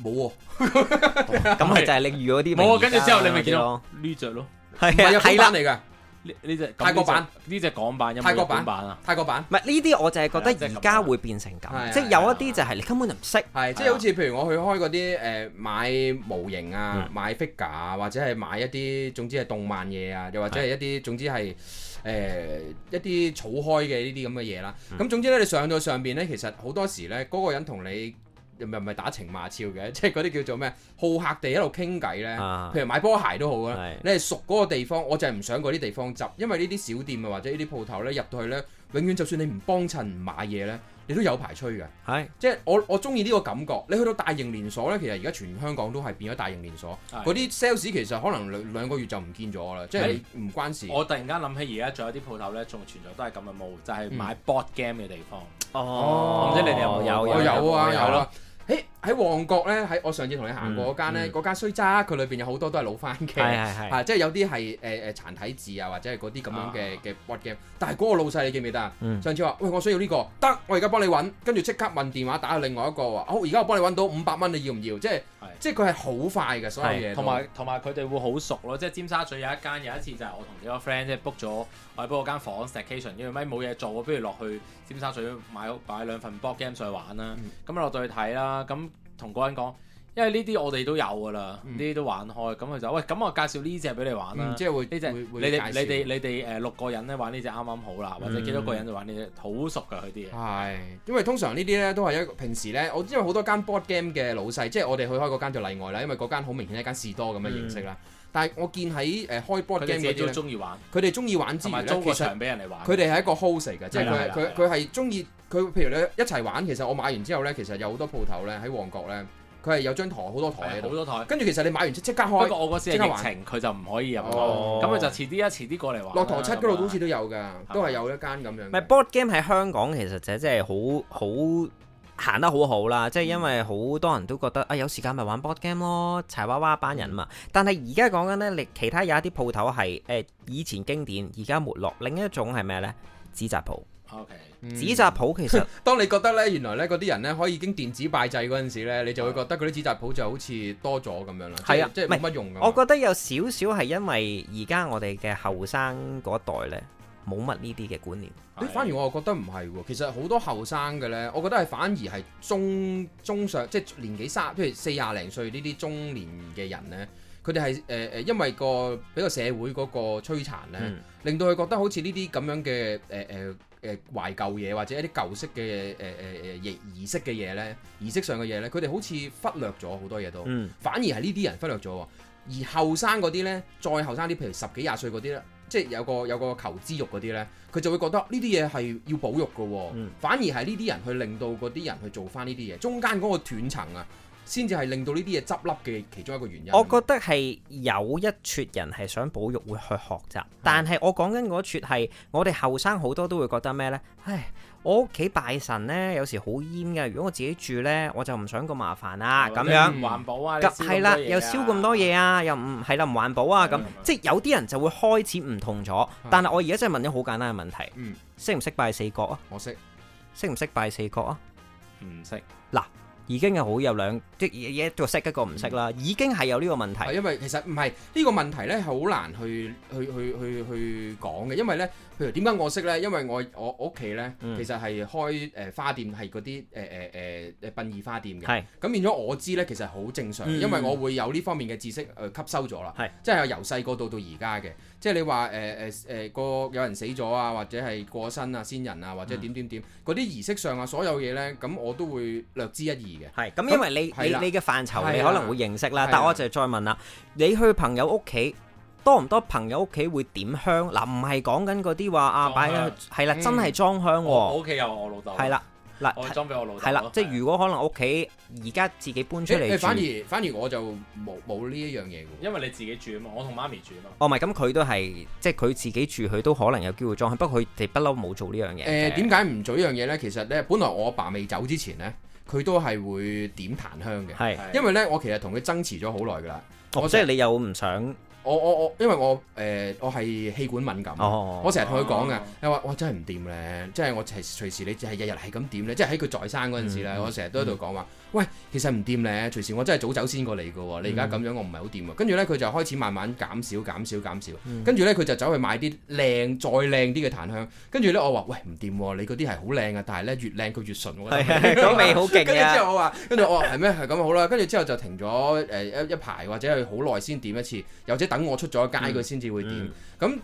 [SPEAKER 4] 冇喎，唔
[SPEAKER 2] 咁咪就係你遇嗰啲
[SPEAKER 3] 冇啊，
[SPEAKER 2] 名
[SPEAKER 3] 跟住
[SPEAKER 2] 家
[SPEAKER 3] 之後你咪
[SPEAKER 2] 嗰啲
[SPEAKER 3] 見到
[SPEAKER 2] 咯
[SPEAKER 3] 呢只咯，
[SPEAKER 2] 係啊
[SPEAKER 4] 係日
[SPEAKER 2] 係
[SPEAKER 4] 本
[SPEAKER 2] 啦
[SPEAKER 4] 版。嚟㗎，
[SPEAKER 3] 呢呢只
[SPEAKER 4] 泰國版
[SPEAKER 3] 呢只港版有冇
[SPEAKER 4] 泰
[SPEAKER 3] 日
[SPEAKER 4] 國版
[SPEAKER 3] 本版啊？
[SPEAKER 4] 泰國版。
[SPEAKER 2] 唔係呢啲，我就係覺
[SPEAKER 3] 係啊即係
[SPEAKER 2] 得
[SPEAKER 3] 咁
[SPEAKER 2] 而家會變成
[SPEAKER 4] 係
[SPEAKER 2] 咁，
[SPEAKER 4] 啊
[SPEAKER 2] 即係有一啲就係你根本就唔識，
[SPEAKER 4] 係，即係好似譬如我去開嗰啲誒買模型啊、買 figure 啊，或者係買一啲總之係動漫嘢啊，又或者係一啲總之係誒、呃一啲草開嘅呢啲咁嘅嘢啦。咁、總之咧，你上到上邊咧，其實好多時咧，嗰、個人同你又唔係唔係打情罵俏嘅， 即係嗰啲叫做咩好客地一路傾偈咧。
[SPEAKER 2] 啊
[SPEAKER 4] 譬如買波鞋都好啦
[SPEAKER 2] 係，
[SPEAKER 4] 你係熟嗰個地方，我就係唔想嗰啲地方執，因為呢啲小店啊或者呢啲鋪頭咧入到去咧，永遠就算你唔幫襯唔買嘢咧，你都有排吹嘅。
[SPEAKER 2] 係
[SPEAKER 4] 即係我我中意呢個感覺。你去到大型連鎖呢，其實而家全香港都係變咗大型連鎖，
[SPEAKER 3] 係
[SPEAKER 4] 嗰啲 sales 其實可能兩兩個月就唔見咗啦，即係你唔關事。
[SPEAKER 3] 我突然間諗起而家仲有啲鋪頭咧，仲存在都係咁嘅冇，就
[SPEAKER 4] 嗯
[SPEAKER 3] 係買 board game 嘅地方。
[SPEAKER 2] 哦
[SPEAKER 3] 我唔知你哋有冇
[SPEAKER 2] 有
[SPEAKER 4] 我有啊
[SPEAKER 3] 有
[SPEAKER 4] 有
[SPEAKER 3] 有
[SPEAKER 4] 啊。喺喺旺角呢，喺我上次同你行過嗰間咧，
[SPEAKER 2] 嗯
[SPEAKER 4] 嗰間衰渣佢裏邊有好多都係老番
[SPEAKER 2] 係
[SPEAKER 4] 嘅。
[SPEAKER 2] 係係
[SPEAKER 4] 啊，即係有啲係誒誒殘體字啊，或者係嗰啲咁樣嘅嘅 board game，但係嗰個老細你記唔記得啊？
[SPEAKER 2] 嗯
[SPEAKER 4] 上次話喂，我需要呢、個，得，我而家幫你揾，跟住即刻問電話打去另外一個話，好，而家我幫你揾到五百蚊，你要唔要？即係
[SPEAKER 3] 係
[SPEAKER 4] 即係佢係好快嘅所有嘢都，
[SPEAKER 3] 同埋同埋佢哋會好熟咯，即係尖沙咀有一間，有一次就係我同幾個 friend 即係 book 咗，我哋 book 咗間房 station，跟住咪冇嘢做，不如落去尖沙咀買買兩份 board game 上去玩啦
[SPEAKER 4] 嗯。
[SPEAKER 3] 咁落到去睇啦，咁同嗰個人講，因為呢啲我哋都有㗎啦，呢
[SPEAKER 4] 嗯
[SPEAKER 3] 啲都玩開，咁佢就喂，咁我介紹呢只俾你玩啦
[SPEAKER 4] 嗯，。即係會
[SPEAKER 3] 啊呢只
[SPEAKER 4] 會
[SPEAKER 3] 你
[SPEAKER 4] 會
[SPEAKER 3] 哋你
[SPEAKER 4] 介紹嗯
[SPEAKER 3] 哋你哋誒六個人咧玩呢只啱啱好啦，或者幾多個人就玩呢只，好熟㗎佢啲嘢。
[SPEAKER 4] 係，因為通常呢啲咧都係一個平時咧，我因為好多間 board game 嘅老細，即係我哋去開嗰間就例外啦，因為嗰間好明顯係一間士多咁嘅形式啦。
[SPEAKER 3] 嗯
[SPEAKER 4] 但係我見喺誒呃開
[SPEAKER 3] 佢
[SPEAKER 4] board
[SPEAKER 3] 哋自
[SPEAKER 4] game
[SPEAKER 3] 己
[SPEAKER 4] 嗰啲
[SPEAKER 3] 都
[SPEAKER 4] 呢
[SPEAKER 3] 中意玩，
[SPEAKER 4] 佢哋中意玩
[SPEAKER 3] 同
[SPEAKER 4] 之餘
[SPEAKER 3] 埋
[SPEAKER 4] 咧，
[SPEAKER 3] 租
[SPEAKER 4] 其
[SPEAKER 3] 個
[SPEAKER 4] 實
[SPEAKER 3] 場俾人嚟玩。
[SPEAKER 4] 佢哋係一個 host 嚟嘅，即係
[SPEAKER 3] 係啦
[SPEAKER 4] 佢
[SPEAKER 3] 係
[SPEAKER 4] 佢
[SPEAKER 3] 啦
[SPEAKER 4] 佢係中意佢，譬如你一齊玩，其實我買完之後咧，其實有好多鋪頭咧喺旺角咧，佢係有張台好多台
[SPEAKER 3] 係
[SPEAKER 4] 喺
[SPEAKER 3] 好
[SPEAKER 4] 度，
[SPEAKER 3] 多台。
[SPEAKER 4] 跟住其實你買完即即刻
[SPEAKER 3] 不
[SPEAKER 4] 開，
[SPEAKER 3] 過我嗰時係疫情，佢就唔可以入去，
[SPEAKER 4] 哦
[SPEAKER 3] 咁佢就遲啲啊，遲啲過嚟玩啦。
[SPEAKER 4] 落台七嗰度好似
[SPEAKER 3] 咁
[SPEAKER 4] 都有㗎，都係有一間咁樣
[SPEAKER 2] 咪
[SPEAKER 4] 嘅。
[SPEAKER 2] board game 喺香港其實就真係好好行得好好啦，即係因為好多人都覺
[SPEAKER 4] 嗯
[SPEAKER 2] 得啊有時間咪玩 board game 咯，柴娃娃班人嘛。但係而家講緊呢，你其他有一啲鋪頭係誒以前經典，而家沒落。另一種係咩呢？紙紮鋪，
[SPEAKER 3] 啊。O K，
[SPEAKER 4] 嗯
[SPEAKER 2] 紙紮鋪其實
[SPEAKER 4] 當你覺得咧，原來咧嗰啲人咧可以經電子拜祭嗰陣時咧，你就會覺得嗰啲紙紮鋪就好似多咗咁樣啦，
[SPEAKER 2] 係啊
[SPEAKER 4] 即係
[SPEAKER 2] 唔係
[SPEAKER 4] 冇乜用㗎嘛。
[SPEAKER 2] 我覺得有少少係因為而家我哋嘅後生嗰代呢，冇乜呢啲嘅觀念。
[SPEAKER 4] 咦反而我又覺得唔係喎，其實好多後生嘅咧，我覺得係反而係中中上，即係年紀三，譬如四廿零歲呢啲中年嘅人咧，佢哋係誒誒，因為個俾個社會嗰個摧殘咧，
[SPEAKER 2] 嗯
[SPEAKER 4] 令到佢覺得好似呢啲咁樣嘅誒誒誒懷舊嘢，或者一啲舊式嘅誒誒誒儀儀式嘅嘢咧，儀式上嘅嘢咧，佢哋好似忽略咗好多嘢都。
[SPEAKER 2] 嗯，
[SPEAKER 4] 反而係呢啲人忽略咗喎。而後生嗰啲呢，再後生啲，譬如十幾廿歲嗰啲咧，即係有個有個求知欲嗰啲呢，佢就會覺得呢啲嘢係要保育嘅喎。
[SPEAKER 2] 嗯
[SPEAKER 4] 反而係呢啲人去令到嗰啲人去做翻呢啲嘢，中間嗰個斷層啊，先至係令到呢啲嘢執笠嘅其中一個原因。
[SPEAKER 2] 我覺得係有一撮人係想保育會去學習，但係我講緊嗰撮係我哋後生好多都會覺得咩呢？唉，我屋企拜神呢，有時好煙㗎，如果我自己住呢，我就唔想咁麻煩
[SPEAKER 4] 啊
[SPEAKER 2] 啦，咁樣。
[SPEAKER 3] 唔環保啊，
[SPEAKER 2] 咁係啦，又燒咁多嘢
[SPEAKER 3] 啊，
[SPEAKER 2] 啊，又唔係啦，唔環保啊，咁
[SPEAKER 3] 係啊係啊
[SPEAKER 2] 即係有啲人就會開始唔同咗。但係我而家真係問咗好簡單嘅問題，
[SPEAKER 4] 嗯
[SPEAKER 2] 識唔識拜四角啊？
[SPEAKER 4] 我識
[SPEAKER 2] 識唔識拜四角啊？
[SPEAKER 3] 唔識。
[SPEAKER 2] 已經係好有兩即係一個識一個唔識啦，已經係有呢個問
[SPEAKER 4] 嗯係
[SPEAKER 2] 題。
[SPEAKER 4] 啊因為其實唔係呢個問題咧，係好難去去去去去講嘅，因為咧，譬如點解我識咧？因為我我我屋企咧，
[SPEAKER 2] 嗯
[SPEAKER 4] 其實係開誒、呃花店，係嗰啲誒呃誒誒誒殯儀花店嘅。
[SPEAKER 2] 係
[SPEAKER 4] 咁變咗我知咧，其實好正常，
[SPEAKER 2] 嗯
[SPEAKER 4] 因為我會有呢方面嘅知識誒、呃吸收咗啦
[SPEAKER 2] 係，
[SPEAKER 4] 即係由細個到到而家嘅，即係你話呃誒誒誒個有人死咗啊，或者係過身啊、先人啊，或者
[SPEAKER 2] 嗯
[SPEAKER 4] 點點點嗰啲儀式上啊，所有嘢咧，咁我都會略知一二嘅。
[SPEAKER 2] 係咁，因為你
[SPEAKER 4] 係啦
[SPEAKER 2] 你你嘅範疇
[SPEAKER 4] 係啦
[SPEAKER 2] 你可能會認識
[SPEAKER 4] 係
[SPEAKER 2] 啦
[SPEAKER 4] 啦，
[SPEAKER 2] 但我就再問啦，你去朋友屋企多唔多？朋友屋企會點香嗱，唔係講緊嗰啲話啊
[SPEAKER 3] 裝
[SPEAKER 2] 擺
[SPEAKER 3] 香
[SPEAKER 2] 係啦，
[SPEAKER 4] 嗯
[SPEAKER 2] 真係裝香
[SPEAKER 3] 我
[SPEAKER 2] 喎，
[SPEAKER 3] 屋企有我老豆，
[SPEAKER 2] 係，啦
[SPEAKER 3] 我
[SPEAKER 2] 嗱。
[SPEAKER 3] 裝俾我老豆咯，
[SPEAKER 2] 係啦，即係如果可能屋企而家自己搬出
[SPEAKER 4] 誒
[SPEAKER 2] 嚟
[SPEAKER 4] 誒反
[SPEAKER 2] 住，
[SPEAKER 4] 而反而我就冇冇呢一樣嘢嘅喎。
[SPEAKER 3] 因為你自己住啊嘛，我同媽咪住啊嘛，
[SPEAKER 2] 哦唔係咁佢都係即係佢自己住，佢都可能有機會裝香，不過佢哋不嬲冇做呢樣嘢嘅。
[SPEAKER 4] 誒點解唔做呢樣嘢呢？其實呢，本來我阿爸未走之前呢，佢都係會點檀香嘅，
[SPEAKER 2] 係？
[SPEAKER 3] 係
[SPEAKER 4] 因為呢，我其實同佢爭持咗好耐㗎啦。
[SPEAKER 2] 哦
[SPEAKER 4] 我
[SPEAKER 2] 即
[SPEAKER 4] 成
[SPEAKER 2] 係你有唔想
[SPEAKER 4] 我我我，因為我誒、呃我係氣管敏感。啊
[SPEAKER 2] 哦
[SPEAKER 4] 我成日同佢講嘅
[SPEAKER 3] 哦，
[SPEAKER 4] 你話我真係唔掂咧，即係我係隨時你係日日係咁掂咧，即係喺佢在生嗰陣時咧，
[SPEAKER 2] 嗯
[SPEAKER 4] 我成日都喺度講話，喂，其實唔掂咧，隨時我真係早走先過你嘅喎，你而
[SPEAKER 2] 嗯
[SPEAKER 4] 家咁樣我唔係好掂喎。跟住咧佢就開始慢慢減少、減少、減少，
[SPEAKER 2] 嗯
[SPEAKER 4] 跟住咧佢就走去買啲靚、再靚啲嘅檀香，跟住咧我話喂唔掂喎，你嗰啲係好靚啊，但係咧越靚佢越純喎。
[SPEAKER 2] 係啊嗰味好勁
[SPEAKER 4] 跟住之
[SPEAKER 2] 啊！
[SPEAKER 4] 後我話，跟住我話係咩？係咁好啦。跟住之後就停咗誒一一排，或者係好耐先點一次，又或者等我出咗街佢先至會點。咁、
[SPEAKER 2] 嗯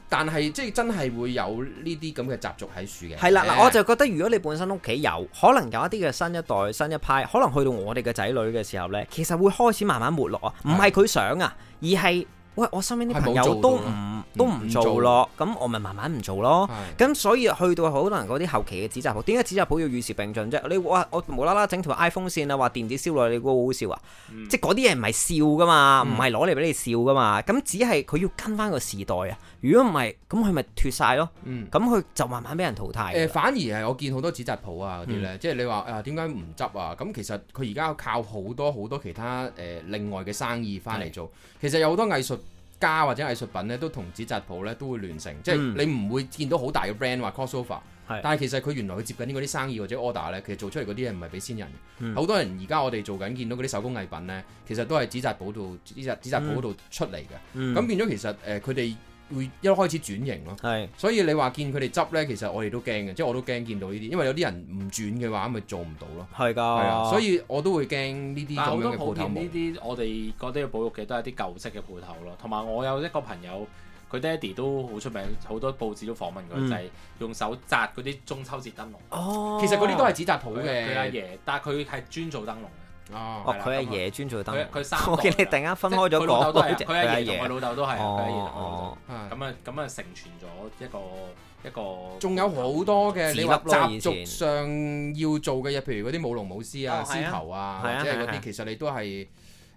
[SPEAKER 4] 但係即係真係會有呢啲咁嘅習俗喺樹嘅。
[SPEAKER 2] 係啦，
[SPEAKER 4] 誒
[SPEAKER 2] 嗱，我就覺得如果你本身屋企有，可能有一啲嘅新一代、新一派，可能去到我哋嘅仔女嘅時候呢，其實會開始慢慢沒落啊，唔係佢想啊，而係喂我身邊啲
[SPEAKER 4] 係冇
[SPEAKER 2] 朋友
[SPEAKER 4] 做到
[SPEAKER 2] 都
[SPEAKER 4] 咯
[SPEAKER 2] 唔都唔
[SPEAKER 4] 唔
[SPEAKER 2] 做
[SPEAKER 4] 做
[SPEAKER 2] 咯，咁我咪慢慢唔做咯。
[SPEAKER 4] 係
[SPEAKER 2] 咁所以去到可能嗰啲後期嘅紙紮鋪，點解紙紮鋪要與時並進啫？你哇，我無啦啦整條 iPhone 線啊，話電子燒落去你估好好笑啊！
[SPEAKER 3] 嗯
[SPEAKER 2] 即係嗰啲嘢唔係笑噶嘛，唔係攞嚟俾你笑噶嘛，咁只係佢要跟翻個時代啊。如果唔係，咁佢咪脱晒咯，
[SPEAKER 4] 嗯。
[SPEAKER 2] 咁佢就慢慢俾人淘汰
[SPEAKER 4] 誒、
[SPEAKER 2] 㗎啦。
[SPEAKER 4] 反而係我見好多紙紮鋪啊嗰啲
[SPEAKER 2] 嗯
[SPEAKER 4] 咧，即係你話啊點解唔執啊？咁其實佢而家靠好多好多其他誒、另外嘅生意翻嚟做。其實有好多藝術家或者藝術品咧，都同紙紮鋪咧都會聯成，即
[SPEAKER 2] 嗯
[SPEAKER 4] 係你唔會見到好大嘅 brand 話 crossover
[SPEAKER 2] 係。
[SPEAKER 4] 但係其實佢原來佢接緊嗰啲生意或者 order 咧，其實做出嚟嗰啲嘢唔係俾先人
[SPEAKER 2] 嗯
[SPEAKER 4] 嘅。好、多人而家我哋做緊見到嗰啲手工藝品咧，其實都係紙紮鋪度紙紮紙紮鋪度出嚟嘅。
[SPEAKER 2] 嗯
[SPEAKER 4] 咁、變咗其實誒佢哋會一開始轉型咯。
[SPEAKER 2] 係
[SPEAKER 4] 所以你話見佢哋執呢，其實我哋都驚嘅，即係我都驚見到呢啲，因為有啲人唔轉嘅話，咪做唔到咯。
[SPEAKER 2] 係
[SPEAKER 4] 係
[SPEAKER 2] 㗎，
[SPEAKER 4] 啊，所以我都會驚呢啲
[SPEAKER 3] 但係好
[SPEAKER 4] 咁
[SPEAKER 3] 多
[SPEAKER 4] 樣嘅鋪
[SPEAKER 3] 鋪
[SPEAKER 4] 頭
[SPEAKER 3] 店
[SPEAKER 4] 冇
[SPEAKER 3] 呢。啲，我哋覺得要保育嘅都係啲舊式嘅鋪頭咯。同埋我有一個朋友，佢爹哋都好出名，好多報紙都訪問佢，
[SPEAKER 2] 嗯
[SPEAKER 3] 就係用手紮嗰啲中秋節燈籠。
[SPEAKER 2] 哦，
[SPEAKER 4] 其實嗰啲都係紙紮
[SPEAKER 3] 佢
[SPEAKER 4] 鋪
[SPEAKER 3] 佢阿
[SPEAKER 4] 嘅。
[SPEAKER 3] 爺，但係佢係專做燈籠嘅。
[SPEAKER 4] 哦，
[SPEAKER 2] 哦
[SPEAKER 3] 係，啦
[SPEAKER 2] 佢阿
[SPEAKER 3] 咁啊
[SPEAKER 2] 爺專做燈
[SPEAKER 3] 佢佢三代
[SPEAKER 2] 籠， 我見你突然間分開
[SPEAKER 3] 即係
[SPEAKER 2] 咗
[SPEAKER 3] 佢老豆都
[SPEAKER 2] 講
[SPEAKER 3] 係，佢阿爺同佢老豆都係，佢阿爺同佢老
[SPEAKER 2] 哦
[SPEAKER 3] 豆。
[SPEAKER 4] 啊
[SPEAKER 3] 咁啊咁啊，成全咗一個一個。
[SPEAKER 4] 仲有好多嘅，
[SPEAKER 2] 紙
[SPEAKER 4] 你
[SPEAKER 2] 粒
[SPEAKER 4] 話
[SPEAKER 2] 咯以
[SPEAKER 4] 習
[SPEAKER 2] 前
[SPEAKER 4] 俗上要做嘅嘢，譬如嗰啲舞龍舞獅
[SPEAKER 2] 哦
[SPEAKER 4] 啊、
[SPEAKER 2] 係
[SPEAKER 4] 獅
[SPEAKER 2] 啊
[SPEAKER 4] 頭啊，
[SPEAKER 2] 係啊
[SPEAKER 4] 或者係
[SPEAKER 2] 係啊
[SPEAKER 4] 嗰
[SPEAKER 2] 係
[SPEAKER 4] 啲
[SPEAKER 2] 啊，
[SPEAKER 4] 其實你都係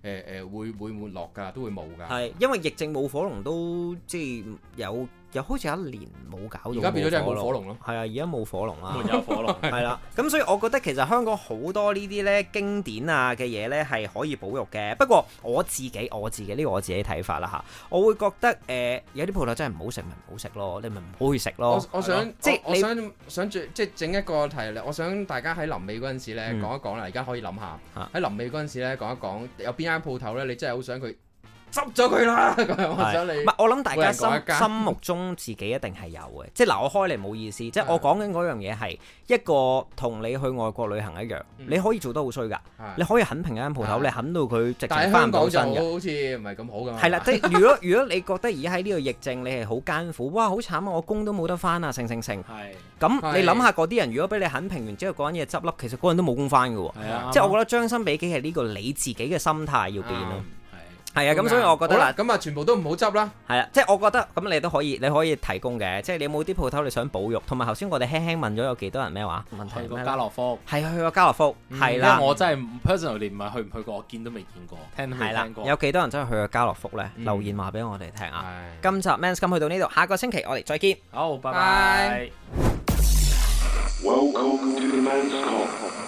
[SPEAKER 4] 誒誒會會沒落㗎，都會冇㗎。
[SPEAKER 2] 係因為疫症冇火龍都即係有有好似有一年冇搞到，
[SPEAKER 4] 而家變咗真係冇火龍咯。
[SPEAKER 2] 係啊，而家冇火龍啊
[SPEAKER 3] 沒。有火 龍。
[SPEAKER 2] 係啦，咁所以我覺得其實香港好多呢啲咧經典啊嘅嘢咧係可以保育嘅。不過我自己我自己呢個我自己睇法啦嚇，我會覺得誒、呃有啲鋪頭真係唔好食咪唔好食咯，你咪唔好去食咯
[SPEAKER 4] 我。我想
[SPEAKER 2] 即
[SPEAKER 4] 即
[SPEAKER 2] 係
[SPEAKER 4] 哦係我
[SPEAKER 2] 你
[SPEAKER 4] 想想最即係整一個題咧，我想大家喺臨尾嗰陣時咧
[SPEAKER 2] 嗯
[SPEAKER 4] 講一講啦，而家可以諗下
[SPEAKER 2] 啊
[SPEAKER 4] 喺臨尾嗰陣時咧講一講有邊間鋪頭咧，你真係好想佢執咗 佢啦咁樣，我想
[SPEAKER 2] 係
[SPEAKER 4] 你
[SPEAKER 2] 唔係我諗大
[SPEAKER 4] 每
[SPEAKER 2] 家
[SPEAKER 4] 人講一
[SPEAKER 2] 心
[SPEAKER 4] 間
[SPEAKER 2] 心目中自己一定係有 嘅，即係嗱，我開嚟冇意思，即係
[SPEAKER 4] 係
[SPEAKER 2] 我講緊嗰樣嘢係一個同你去外國旅行一樣，
[SPEAKER 4] 嗯
[SPEAKER 2] 你可以做得好衰㗎，你
[SPEAKER 4] 係
[SPEAKER 2] 可以啃平一間鋪頭，
[SPEAKER 4] 係
[SPEAKER 2] 你啃到佢直
[SPEAKER 4] 但
[SPEAKER 2] 情翻
[SPEAKER 4] 係香
[SPEAKER 2] 唔到
[SPEAKER 4] 港就
[SPEAKER 2] 身嘅。
[SPEAKER 4] 好似唔係咁好啊㗎嘛。
[SPEAKER 2] 係啦，即係如果 如果你覺得而家喺呢個疫症，你係好艱苦，哇，好慘啊！我工都冇得翻啊，成成成。
[SPEAKER 3] 係
[SPEAKER 2] 咁
[SPEAKER 4] 係
[SPEAKER 2] 你諗下嗰啲人，如果俾你啃平完之後嗰人嘢執笠，其實嗰人都冇工翻嘅喎。
[SPEAKER 3] 係啊，
[SPEAKER 2] 即係我
[SPEAKER 3] 啱
[SPEAKER 2] 覺得將心比己係呢個你自己嘅心態要變咯。
[SPEAKER 3] 啊
[SPEAKER 2] 係啊，咁所以我覺得
[SPEAKER 4] 好
[SPEAKER 2] 嗱
[SPEAKER 4] 啦，，咁啊全部都唔好執啦。
[SPEAKER 2] 係啦，即係我覺得咁你都可以，你可以提供嘅，即係你有冇啲鋪頭你想保育，同埋頭先我哋輕輕問咗有幾多人咩話？問
[SPEAKER 3] 係去
[SPEAKER 2] 題
[SPEAKER 3] 過
[SPEAKER 2] 咩
[SPEAKER 3] 家
[SPEAKER 2] 呢？
[SPEAKER 3] 樂福。
[SPEAKER 2] 係去過家樂福，
[SPEAKER 4] 嗯
[SPEAKER 2] 係
[SPEAKER 3] 因
[SPEAKER 2] 啦
[SPEAKER 3] 為，我真係 personally 唔係去唔去過，我見都未見過，聽都未
[SPEAKER 2] 係啦
[SPEAKER 3] 聽，過。
[SPEAKER 2] 有幾多人真係去過家樂福呢？
[SPEAKER 4] 嗯
[SPEAKER 2] 留言話俾我哋聽啊！
[SPEAKER 4] 係
[SPEAKER 2] 今集 Men's Come 去到呢度，下個星期我哋再見。
[SPEAKER 3] 好，拜
[SPEAKER 4] 拜
[SPEAKER 3] 拜。
[SPEAKER 1] Welcome to the man's call.